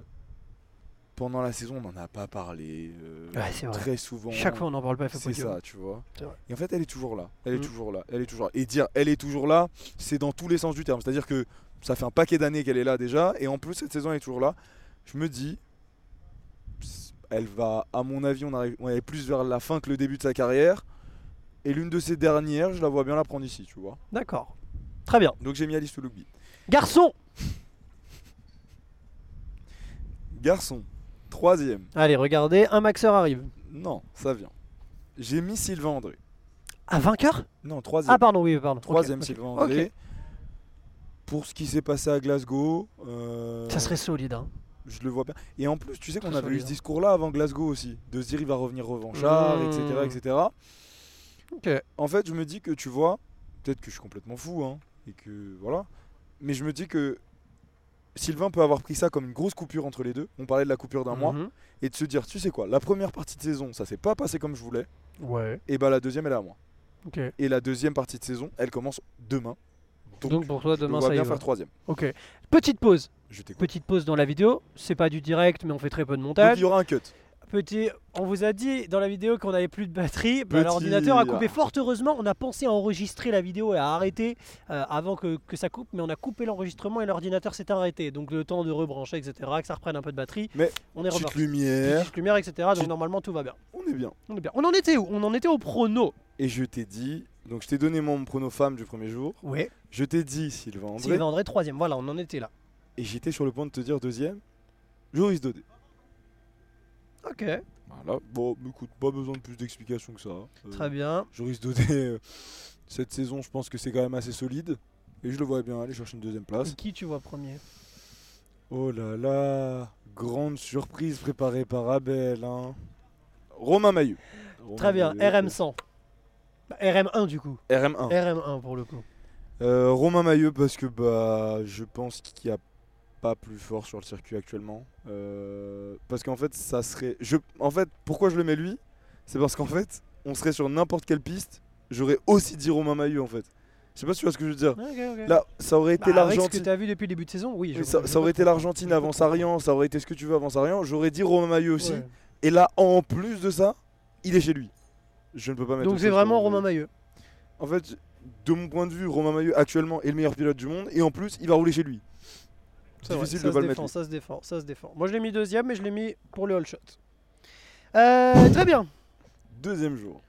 A: pendant la saison, on n'en a pas parlé euh,
B: Ouais, c'est vrai.
A: très souvent.
B: Chaque fois, on en parle pas. elle fait
A: c'est
B: podium.
A: ça, tu vois.
B: C'est vrai.
A: Et en fait, elle est toujours là. Elle est
B: Mm.
A: toujours là. Elle est toujours là. Et dire, elle est toujours là, c'est dans tous les sens du terme. C'est-à-dire que ça fait un paquet d'années qu'elle est là déjà, et en plus cette saison, elle est toujours là. Je me dis, pss, elle va, à mon avis, on arrive, on est plus vers la fin que le début de sa carrière. Et l'une de ces dernières, je la vois bien la prendre ici, tu vois.
B: D'accord. Très bien.
A: Donc j'ai mis Alice Toulougby.
B: Garçon
A: Garçon, troisième.
B: Allez, regardez, un maxeur arrive.
A: Non, ça vient. J'ai mis Sylvain André.
B: Ah, vainqueur
A: Non, troisième.
B: Ah, pardon, oui, pardon. Ok,
A: Troisième
B: ok.
A: Sylvain André. Pour ce qui s'est passé à Glasgow, euh,
B: Ça serait solide, hein.
A: je le vois bien. Et en plus, tu sais qu'on
B: Ça
A: avait eu
B: serait
A: ce
B: bien.
A: discours-là avant Glasgow aussi, de se dire il va revenir revanchard,
B: Mmh.
A: etc., etc.
B: Ok.
A: En fait, je me dis que tu vois, peut-être que je suis complètement fou, hein, et que voilà. Mais je me dis que Sylvain peut avoir pris ça comme une grosse coupure entre les deux. On parlait de la coupure d'un mois.
B: Mhm.
A: Et de se dire, tu sais quoi, la première partie de saison, ça s'est pas passé comme je voulais.
B: Ouais.
A: Et bah la deuxième, elle est à moi.
B: Ok.
A: Et la deuxième partie de saison, elle commence demain.
B: Donc, pour toi, demain,
A: on va
B: ça y
A: bien
B: va.
A: faire troisième.
B: Ok. Petite pause.
A: Je t'écoute.
B: Petite pause dans la vidéo. C'est pas du direct, mais on fait très peu de
A: Donc
B: montage.
A: il y aura un cut.
B: Petit, on vous a dit dans la vidéo qu'on n'avait plus de batterie. Bah,
A: Petit-
B: L'ordinateur a coupé. Fort heureusement, on a pensé à enregistrer la vidéo et à arrêter euh, avant que, que ça coupe, mais on a coupé l'enregistrement et l'ordinateur s'est arrêté. Donc le temps de rebrancher, etc., que ça reprenne un peu de batterie,
A: Mais
B: on est
A: Petite
B: reparti.
A: lumière.
B: Petite lumière, etc. Donc
A: Petite-
B: normalement tout va bien.
A: On est bien.
B: On est bien. On en était où On en était au prono.
A: Et je t'ai dit, donc je t'ai donné mon prono femme du premier jour.
B: Ouais.
A: Je t'ai dit Sylvain André.
B: Sylvain André, troisième. Voilà, on en était là.
A: Et j'étais sur le point de te dire deuxième. Joris Dodé.
B: Ok.
A: Euh, Voilà. Bon, écoute, pas besoin de plus d'explications que ça. Euh,
B: Très bien.
A: Joris Dodé, euh, cette saison, je pense que c'est quand même assez solide. Et je le vois bien aller chercher une deuxième place.
B: Qui tu vois premier
A: Oh là là, grande surprise préparée par Abel. Hein. Romain Maillot.
B: Très bien. RM100. Bah, RM1 du coup.
A: RM1.
B: RM1 pour le coup.
A: Euh, Romain Maillot parce que bah je pense qu'il n'y a pas plus fort sur le circuit actuellement. Euh, parce qu'en fait ça serait. Je, en fait, pourquoi je le mets lui C'est parce qu'en fait, on serait sur n'importe quelle piste, j'aurais aussi dit Romain Maillot en fait. Je sais pas si tu vois ce que je veux dire.
B: Ok, ok.
A: Ah. Là, ça aurait été
B: Bah, avec ce que
A: l'Argentine.
B: tu as vu depuis le début de saison, oui. je-
A: Oui, ça,
B: je
A: ça aurait été
B: comprends.
A: l'Argentine avant Sarian, ça aurait été ce que tu veux avant Sarian, j'aurais dit Romain Maillot aussi.
B: Ouais.
A: Et là, en plus de ça, il est chez lui. Je ne peux pas mettre.
B: Donc
A: autre
B: c'est
A: chose que
B: vraiment Romain Maillot.
A: En fait, de mon point de vue, Romain Maillot actuellement est le meilleur pilote du monde et en plus, il va rouler chez lui.
B: C'est vrai,
A: Difficile
B: ça
A: de
B: se
A: pas le
B: défend,
A: mettre.
B: Ça se défend, ça se défend. Moi je l'ai mis deuxième, mais je l'ai mis pour le all shot. Euh, très bien.
A: Deuxième jour.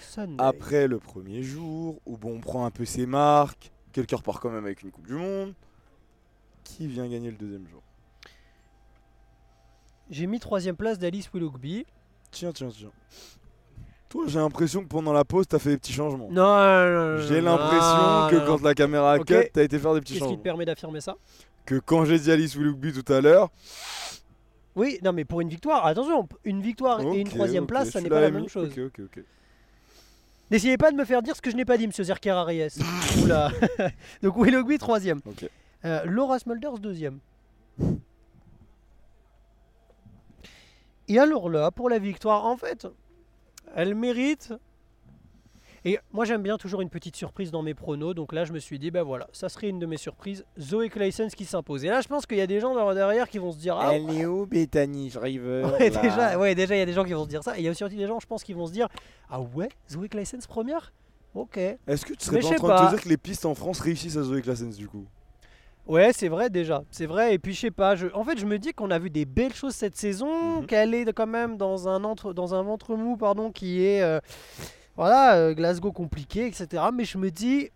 B: Sunday.
A: Après le premier jour, où bon, on prend un peu ses marques, quelqu'un repart quand même avec une Coupe du Monde. Qui vient gagner le deuxième jour
B: J'ai mis troisième place d'Alice Willoughby.
A: Tiens, tiens, tiens. Toi, j'ai l'impression que pendant la pause, t'as fait des petits changements.
B: Non, non, non, non,
A: J'ai
B: non,
A: l'impression
B: Euh, non,
A: que
B: non, non.
A: quand la caméra a
B: Ok.
A: cut, t'as été faire des petits
B: Qu'est-ce qui
A: changements.
B: te permet d'affirmer ça
A: Que quand j'ai dit Alice Willoughby tout à l'heure,
B: Oui, non, mais pour une victoire, attention, une victoire et une
A: Ok,
B: troisième
A: ok,
B: place, ça
A: tu
B: n'est pas la
A: l'avais
B: même
A: mis
B: chose.
A: Ok, ok, ok.
B: N'essayez pas de me faire dire ce que je n'ai pas dit, monsieur Zerker Ariès. Oula. Donc Willoughby, troisième.
A: Ok.
B: Euh, Laura Smulders, deuxième. Et alors là, pour la victoire, en fait, elle mérite. Et moi, j'aime bien toujours une petite surprise dans mes pronos. Donc là, je me suis dit, ben voilà, ça serait une de mes surprises. Zoé Claysons qui s'impose. Et là, je pense qu'il y a des gens dans- derrière qui vont se dire, ah,
C: Elle est où, Bethany Shriver
B: Ouais, déjà, ouais, déjà, il y a des gens qui vont se dire ça. Et il y a aussi des gens, je pense, qui vont se dire Ah ouais, Zoé Claessens première Ok.
A: Est-ce que tu serais
B: Mais
A: pas en
B: je sais
A: train de
B: pas.
A: te dire que les pistes en France réussissent à Zoé Classens du coup
B: Ouais, c'est vrai déjà. C'est vrai. Et puis, je sais pas. Je... En fait, je me dis qu'on a vu des belles choses cette saison,
A: Mhm.
B: qu'elle est quand même dans un, entre... dans un ventre mou pardon, qui est. euh, Voilà, euh, Glasgow compliqué, etc. Mais je me dis.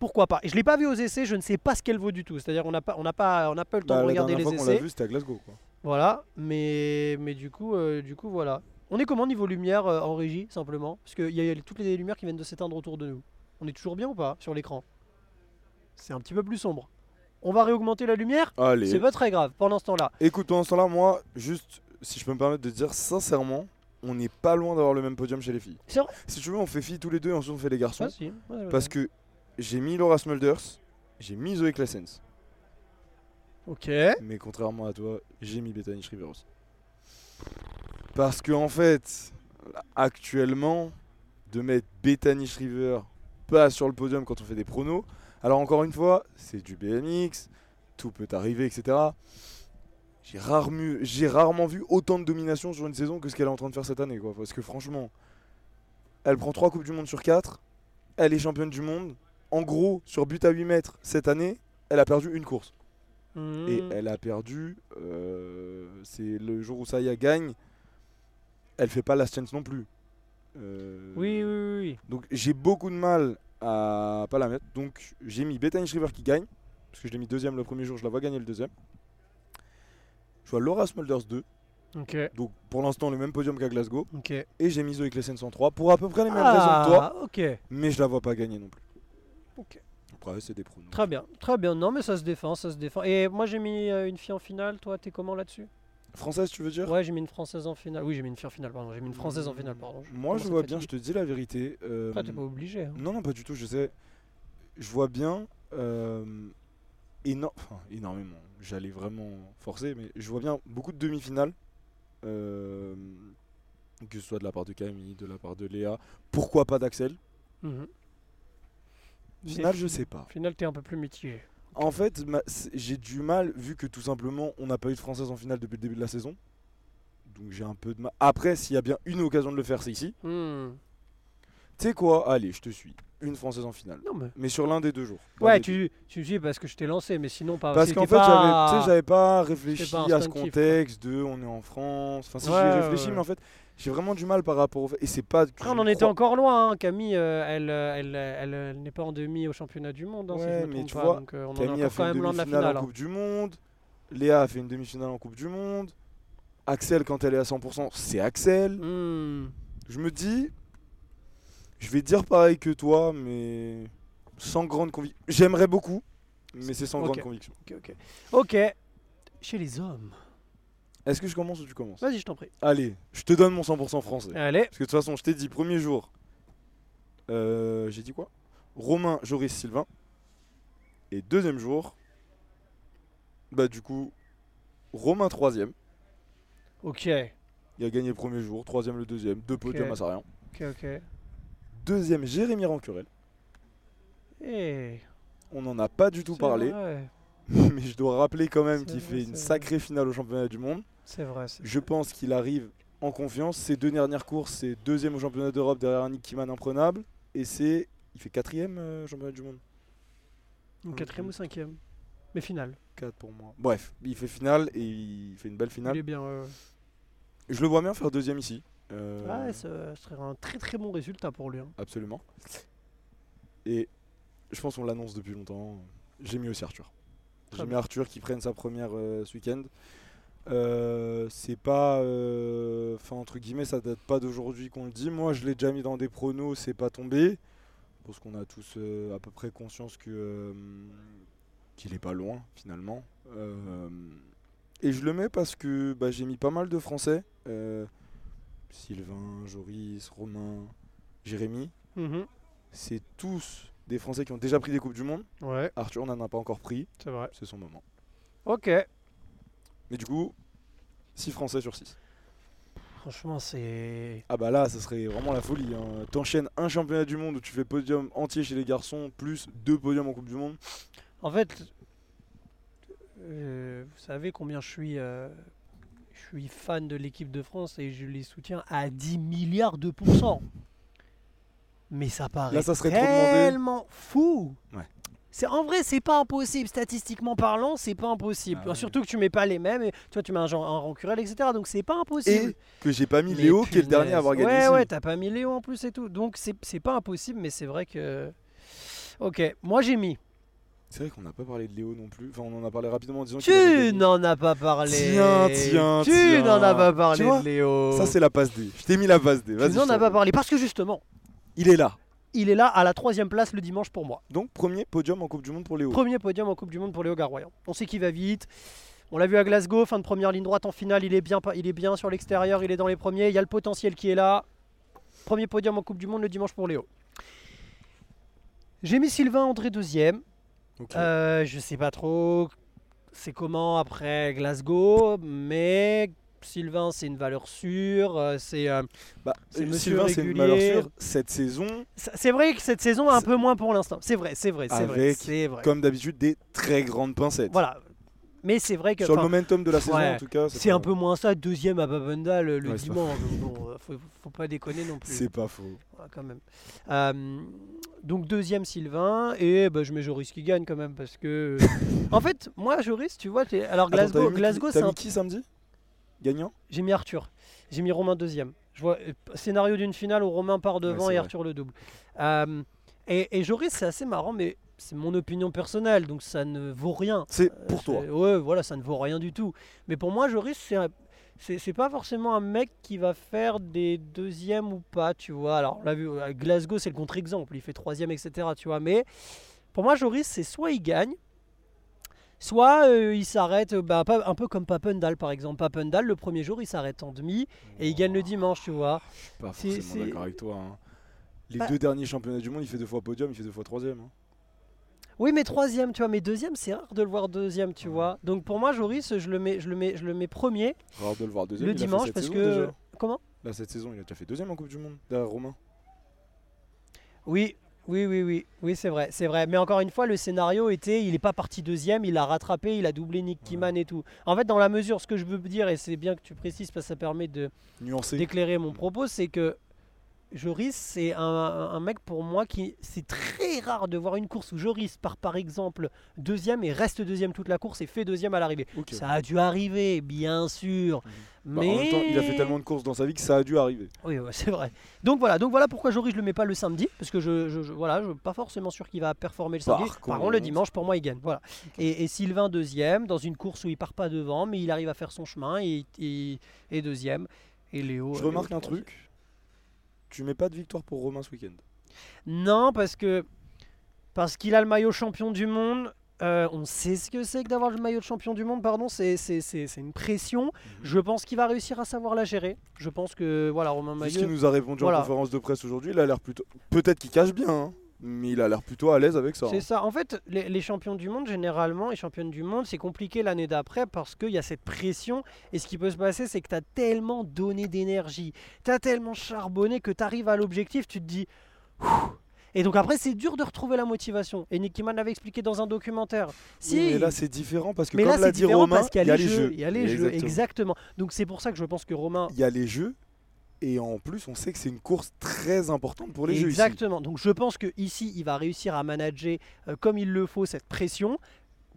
B: Pourquoi pas Et Je l'ai pas vu aux essais, je ne sais pas ce qu'elle vaut du tout. C'est-à-dire, on n'a pas, on n'a pas, on n'a pas eu le temps
A: Bah,
B: de
A: la
B: regarder
A: dernière
B: les
A: fois qu'on l'a
B: essais.
A: vu, c'était à Glasgow. Quoi.
B: Voilà, mais, mais du, coup, euh, du coup, voilà. On est comment niveau lumière euh, en régie, simplement Parce qu'il y a les- toutes les lumières qui viennent de s'éteindre autour de nous. On est toujours bien ou pas sur l'écran C'est un petit peu plus sombre. On va réaugmenter la lumière C'est
A: Allez.
B: pas très grave pendant ce temps-là.
A: Écoute, pendant ce temps-là, moi, juste, si je peux me permettre de dire sincèrement, on n'est pas loin d'avoir le même podium chez les filles.
B: C'est vrai
A: Si tu veux, on fait filles tous les deux et ensuite on fait les garçons.
B: Ah, si. Ouais, ouais,
A: parce
B: ouais.
A: que j'ai mis Laura Smulders, j'ai mis Zoé Classens.
B: Ok.
A: Mais contrairement à toi, j'ai mis Bethany Shriver aussi. Parce que en fait, actuellement, de mettre Bethany Shriver pas sur le podium quand on fait des pronos, alors encore une fois, c'est du BMX, tout peut arriver, etc. J'ai rarement, j'ai rarement vu autant de domination sur une saison que ce qu'elle est en train de faire cette année, quoi. Parce que franchement, elle prend 3 Coupes du Monde sur 4, elle est championne du monde. En gros, sur but à 8 mètres cette année, elle a perdu une course. Et
B: Hmm.
A: elle a perdu. euh, c'est le jour où Saya gagne. Elle fait pas la chance non plus. Euh,
B: Oui, oui, oui, oui.
A: Donc j'ai beaucoup de mal à pas la mettre. Donc j'ai mis Bethany Shriver qui gagne. Parce que je l'ai mis deuxième le premier jour. Je la vois gagner le deuxième. Je vois Laura Smulders 2.
B: Ok.
A: Donc pour l'instant le même podium qu'à Glasgow.
B: Ok.
A: Et j'ai mis Zoé Klesen 103 pour à peu près les mêmes raisons que toi.
B: Ah, ok.
A: Mais je la vois pas gagner non plus.
B: Ok.
A: Après c'est des pronos.
B: Très bien, très bien. Non, mais ça se défend, ça se défend. Et moi, j'ai mis euh, une fille en finale. Toi, t'es comment là-dessus
A: Française tu veux dire
B: Ouais, j'ai mis une française en finale. Oui, j'ai mis une fille en finale, pardon. J'ai mis une française en finale, pardon.
A: Moi
B: commence
A: je
B: à
A: vois
B: être
A: bien, je
B: fatigué.
A: te dis la vérité. euh,
B: Après, t'es pas obligé. hein.
A: Non, non, pas du tout, je sais. Je vois bien euh, éno- enfin, énormément. J'allais vraiment forcer, mais je vois bien beaucoup de demi-finales. euh, que ce soit de la part de Camille, de la part de Léa, pourquoi pas d'Axel
B: Mhm.
A: Finale, je sais pas.
B: Au final, t'es un peu plus mitigé.
A: En fait, ma- c'est- j'ai du mal, vu que tout simplement, on n'a pas eu de Française en finale depuis le début de la saison. Donc j'ai un peu de mal. Après, s'il y a bien une occasion de le faire, c'est ici.
B: Hmm.
A: Tu sais quoi Allez, je te suis. Une Française en finale.
B: Non, mais...
A: Mais sur l'un des deux jours. L'un
B: Ouais,
A: des deux.
B: tu, tu dis parce que je t'ai lancé, mais sinon, pas.
A: Parce
B: Ah, c'était
A: qu'en fait,
B: pas-
A: j'avais- tu sais, j'avais pas réfléchi
B: pas
A: à ce
B: instinctif, quoi.
A: contexte de on est en France. Enfin, si
B: Ouais,
A: j'y ai
B: ouais,
A: réfléchi,
B: ouais.
A: mais en fait, j'ai vraiment du mal par rapport au fait. Et c'est pas. que
B: Après,
A: je
B: Ah on en était
A: crois-
B: encore loin. hein. Camille, euh, elle, euh, elle, euh, elle, euh, elle n'est pas en demi au championnat du monde, hein, si je
A: Ouais,
B: me
A: mais
B: trompe
A: tu
B: pas.
A: vois,
B: donc, euh, on en est
A: Camille a
B: encore
A: fait
B: quand
A: une
B: même loin de la
A: demi-finale
B: finale.
A: en
B: hein.
A: Coupe du Monde. Léa a fait une demi-finale en Coupe du Monde. Axel, quand elle est à 100%, c'est Axel.
B: Hmm.
A: Je me dis, je vais dire pareil que toi, mais sans grande conviction. J'aimerais beaucoup, mais c'est sans
B: Ok.
A: grande conviction.
B: Ok, ok. Ok. Chez les hommes.
A: Est-ce que je commence ou tu commences
B: Vas-y, je t'en prie.
A: Allez, je te donne mon 100% français.
B: Allez.
A: Parce que de toute façon, je t'ai dit, premier jour, euh, j'ai dit quoi Romain, Joris, Sylvain. Et deuxième jour, bah du coup, Romain troisième.
B: Ok.
A: Il a gagné le premier jour, troisième le deuxième, deux podiums à Sarrian.
B: Ok, ok.
A: Deuxième, Jérémy Rancurel.
B: Eh,
A: On n'en a pas du tout
B: c'est
A: parlé,
B: vrai,
A: mais je dois rappeler quand même
B: C'est
A: qu'il
B: vrai,
A: fait
B: c'est
A: une
B: vrai.
A: sacrée finale au championnat du monde.
B: C'est vrai. c'est-
A: Je pense qu'il arrive en confiance. Ses deux dernières courses, c'est deuxième au championnat d'Europe derrière Nick Kiman imprenable. Et c'est. Il fait quatrième euh, championnat du monde.
B: Ou Quatrième ou cinquième. Mais finale.
A: 4 pour moi. Bref, il fait finale et il fait une belle
B: Il
A: finale.
B: est bien. ouais, ouais.
A: Je le vois bien faire deuxième ici. Euh,
B: Ouais, ce ce serait un très très bon résultat pour lui. hein.
A: absolument. Et je pense qu'on l'annonce depuis longtemps. J'ai mis aussi Arthur.
B: Très
A: J'ai mis
B: bien.
A: Arthur qui prenne sa première euh, ce week-end. Euh, c'est pas. euh, Enfin, entre guillemets, ça date pas d'aujourd'hui qu'on le dit. Moi, je l'ai déjà mis dans des pronos, c'est pas tombé. Je pense qu'on a tous euh, à peu près conscience que. euh, qu'il est pas loin, finalement. Euh, et je le mets parce que bah, j'ai mis pas mal de Français. Euh, Sylvain, Joris, Romain, Jérémy.
B: Mhm.
A: C'est tous des Français qui ont déjà pris des Coupes du Monde.
B: Ouais,
A: Arthur n'en a pas encore pris,
B: c'est vrai.
A: c'est son moment.
B: Ok.
A: Mais du coup, 6 Français sur 6.
B: Franchement, c'est.
A: Ah bah là, ça serait vraiment la folie. hein. T'enchaînes un championnat du monde où tu fais podium entier chez les garçons, plus deux podiums en Coupe du Monde.
B: En fait, euh, vous savez combien je suis, euh, je suis fan de l'équipe de France et je les soutiens à 10 milliards de pourcents. Mais ça paraît
A: Là, ça serait trop demandé.
B: tellement fou.
A: Ouais.
B: C'est en vrai, c'est pas impossible. Statistiquement parlant, c'est pas impossible.
A: Ah ouais.
B: Surtout que tu mets pas les mêmes. Et, tu vois, tu mets un genre un Rancurel, etc. Donc c'est pas impossible.
A: Et que j'ai pas mis
B: Mais
A: Léo, qui est le
B: punaise.
A: dernier à avoir gagné.
B: Ouais,
A: ici.
B: ouais, t'as pas mis Léo en plus et tout. Donc c'est c'est pas impossible, mais c'est vrai que. Ok, moi j'ai mis.
A: C'est vrai qu'on n'a pas parlé de Léo non plus. Enfin, on en a parlé rapidement en disant qu'il avait
B: Tu
A: gagné.
B: n'en as pas parlé.
A: Tiens, tiens,
B: Tu
A: tiens.
B: n'en as pas parlé,
A: Tu vois,
B: de Léo.
A: Ça, c'est la passe D. Je t'ai mis la passe D. Vas-y.
B: tu
A: je
B: n'en
A: t'en
B: as pas
A: prie.
B: parlé parce que justement,
A: Il est là.
B: il est là à la troisième place le dimanche pour moi.
A: Donc, premier podium en Coupe du Monde pour Léo.
B: Premier podium en Coupe du Monde pour Léo Garoyan. On sait qu'il va vite. On l'a vu à Glasgow, fin de première ligne droite en finale, il est bien, pa- il est bien sur l'extérieur, il est dans les premiers, il y a le potentiel qui est là. Premier podium en Coupe du Monde le dimanche pour Léo. J'ai mis Sylvain André deuxième.
A: Ok.
B: Euh, je sais pas trop c'est comment après Glasgow, mais Sylvain, c'est une valeur sûre. euh, C'est euh,
A: Bah,
B: c'est
A: euh,
B: monsieur
A: Sylvain, c'est une
B: régulier.
A: valeur sûre. Cette saison,
B: c'est c'est vrai que cette saison un
A: C'est-
B: peu moins pour l'instant. C'est vrai, c'est vrai, c'est vrai,
A: Avec
B: c'est vrai.
A: comme d'habitude, des très grandes pincettes.
B: Voilà. Mais c'est vrai que
A: Sur le
B: enfin,
A: momentum de la saison,
B: ouais,
A: en tout cas.
B: c'est
A: pas-
B: un peu moins ça, deuxième à Babunda le, le
A: Ouais, c'est pas
B: dimanche. Bon, euh, faut, faut pas déconner non plus.
A: C'est pas faux.
B: Ouais, quand même. Euh, donc deuxième Sylvain et bah, je mets Joris qui gagne quand même parce que euh, en fait moi Joris tu vois t'es- alors
A: Attends, t'as
B: Glasgow
A: mis qui-
B: Glasgow
A: t'as
B: c'est un
A: mis qui samedi Gagnant
B: J'ai mis Arthur. J'ai mis Romain deuxième. Je vois euh, p- scénario d'une finale où Romain part devant
A: c'est vrai.
B: et Arthur le double. Euh, et, et Joris, c'est assez marrant, mais c'est mon opinion personnelle, donc ça ne vaut rien.
A: C'est
B: Euh,
A: pour toi.
B: c'est- Ouais, voilà, ça ne vaut rien du tout. Mais pour moi, Joris, c'est un- C'est c'est pas forcément un mec qui va faire des deuxièmes ou pas, tu vois. Alors, on l'a vu, à Glasgow, c'est le contre-exemple. Il fait troisième, etc., tu vois. Mais pour moi, Joris, c'est soit il gagne, soit euh, il s'arrête, euh, bah, pas- un peu comme Papendal, par exemple. Papendal, le premier jour, il s'arrête en demi et il gagne le dimanche, tu vois.
A: Je suis pas
B: C'est-
A: forcément
B: c'est-
A: d'accord avec toi. hein. Les
B: Bah-
A: deux derniers championnats du monde, il fait deux fois podium, il fait deux fois troisième. hein.
B: Oui, mais troisième, tu vois, mais deuxième, c'est rare de le voir deuxième, tu vois. Donc pour moi, Joris, je le mets, je le mets, je le mets premier
A: Rare de le voir deuxième.
B: le
A: il a fait
B: dimanche
A: cette
B: parce
A: saison,
B: que
A: déjà.
B: comment
A: Là, cette saison, il a déjà fait deuxième en Coupe du Monde derrière Romain.
B: Oui, oui, oui, oui, oui, c'est vrai, c'est vrai. Mais encore une fois, le scénario était, il n'est pas parti deuxième, il l'a rattrapé, il a doublé Nick Kiman et tout. En fait, dans la mesure, ce que je veux dire, et c'est bien que tu précises parce que ça permet de
A: Nuancé.
B: d'éclairer mon propos, c'est que Joris, c'est un, un mec pour moi qui, c'est très rare de voir une course où Joris part par exemple deuxième et reste deuxième toute la course et fait deuxième à l'arrivée.
A: Ok.
B: Ça a dû arriver, bien sûr.
A: Bah,
B: mais
A: En même temps, il a fait tellement de courses dans sa vie que ça a dû arriver.
B: oui, ouais, c'est vrai. Donc voilà, donc voilà pourquoi Joris je le mets pas le samedi, parce que je, je, je- voilà, je suis pas forcément sûr qu'il va performer le
A: Par
B: samedi.
A: contre.
B: contre, le dimanche, pour moi, il gagne. Voilà. Et, et Sylvain deuxième dans une course où il part pas devant, mais il arrive à faire son chemin et, et, et deuxième. Et Léo. euh,
A: Je
B: Léo
A: remarque un
B: troisième.
A: truc. Tu mets pas de victoire pour Romain ce week-end.
B: Non, parce que parce qu'il a le maillot champion du monde. Euh, on sait ce que c'est que d'avoir le maillot de champion du monde, pardon, c'est c'est- c'est- c'est une
A: Mhm.
B: pression. Je pense qu'il va réussir à savoir la gérer. Je pense que voilà, Romain
A: Vu ce
B: Maillot.
A: qu'il nous a répondu
B: Voilà.
A: en conférence de presse aujourd'hui, il a l'air plutôt. Peut-être qu'il cache bien, hein, mais il a l'air plutôt à l'aise avec ça.
B: C'est
A: hein.
B: ça. En fait, les, les champions du monde, généralement, et championnes du monde, c'est compliqué l'année d'après parce qu'il y a cette pression. Et ce qui peut se passer, c'est que tu as tellement donné d'énergie, tu as tellement charbonné que tu arrives à l'objectif, tu te dis. Ouh Et donc après, c'est dur de retrouver la motivation. Et Nicky Man l'avait expliqué dans un documentaire. Si,
A: Oui, mais là, c'est différent parce que
B: mais là,
A: comme
B: c'est
A: l'a dit
B: différent
A: Romain,
B: parce qu'il y a, les jeux. Il y a les jeux,
A: Exactement.
B: exactement. Donc c'est pour ça que je pense que Romain.
A: Il y a les jeux. Et en plus, on sait que c'est une course très importante pour les jeux. ici.
B: Exactement. Donc je pense que ici, il va réussir à manager euh, comme il le faut cette pression.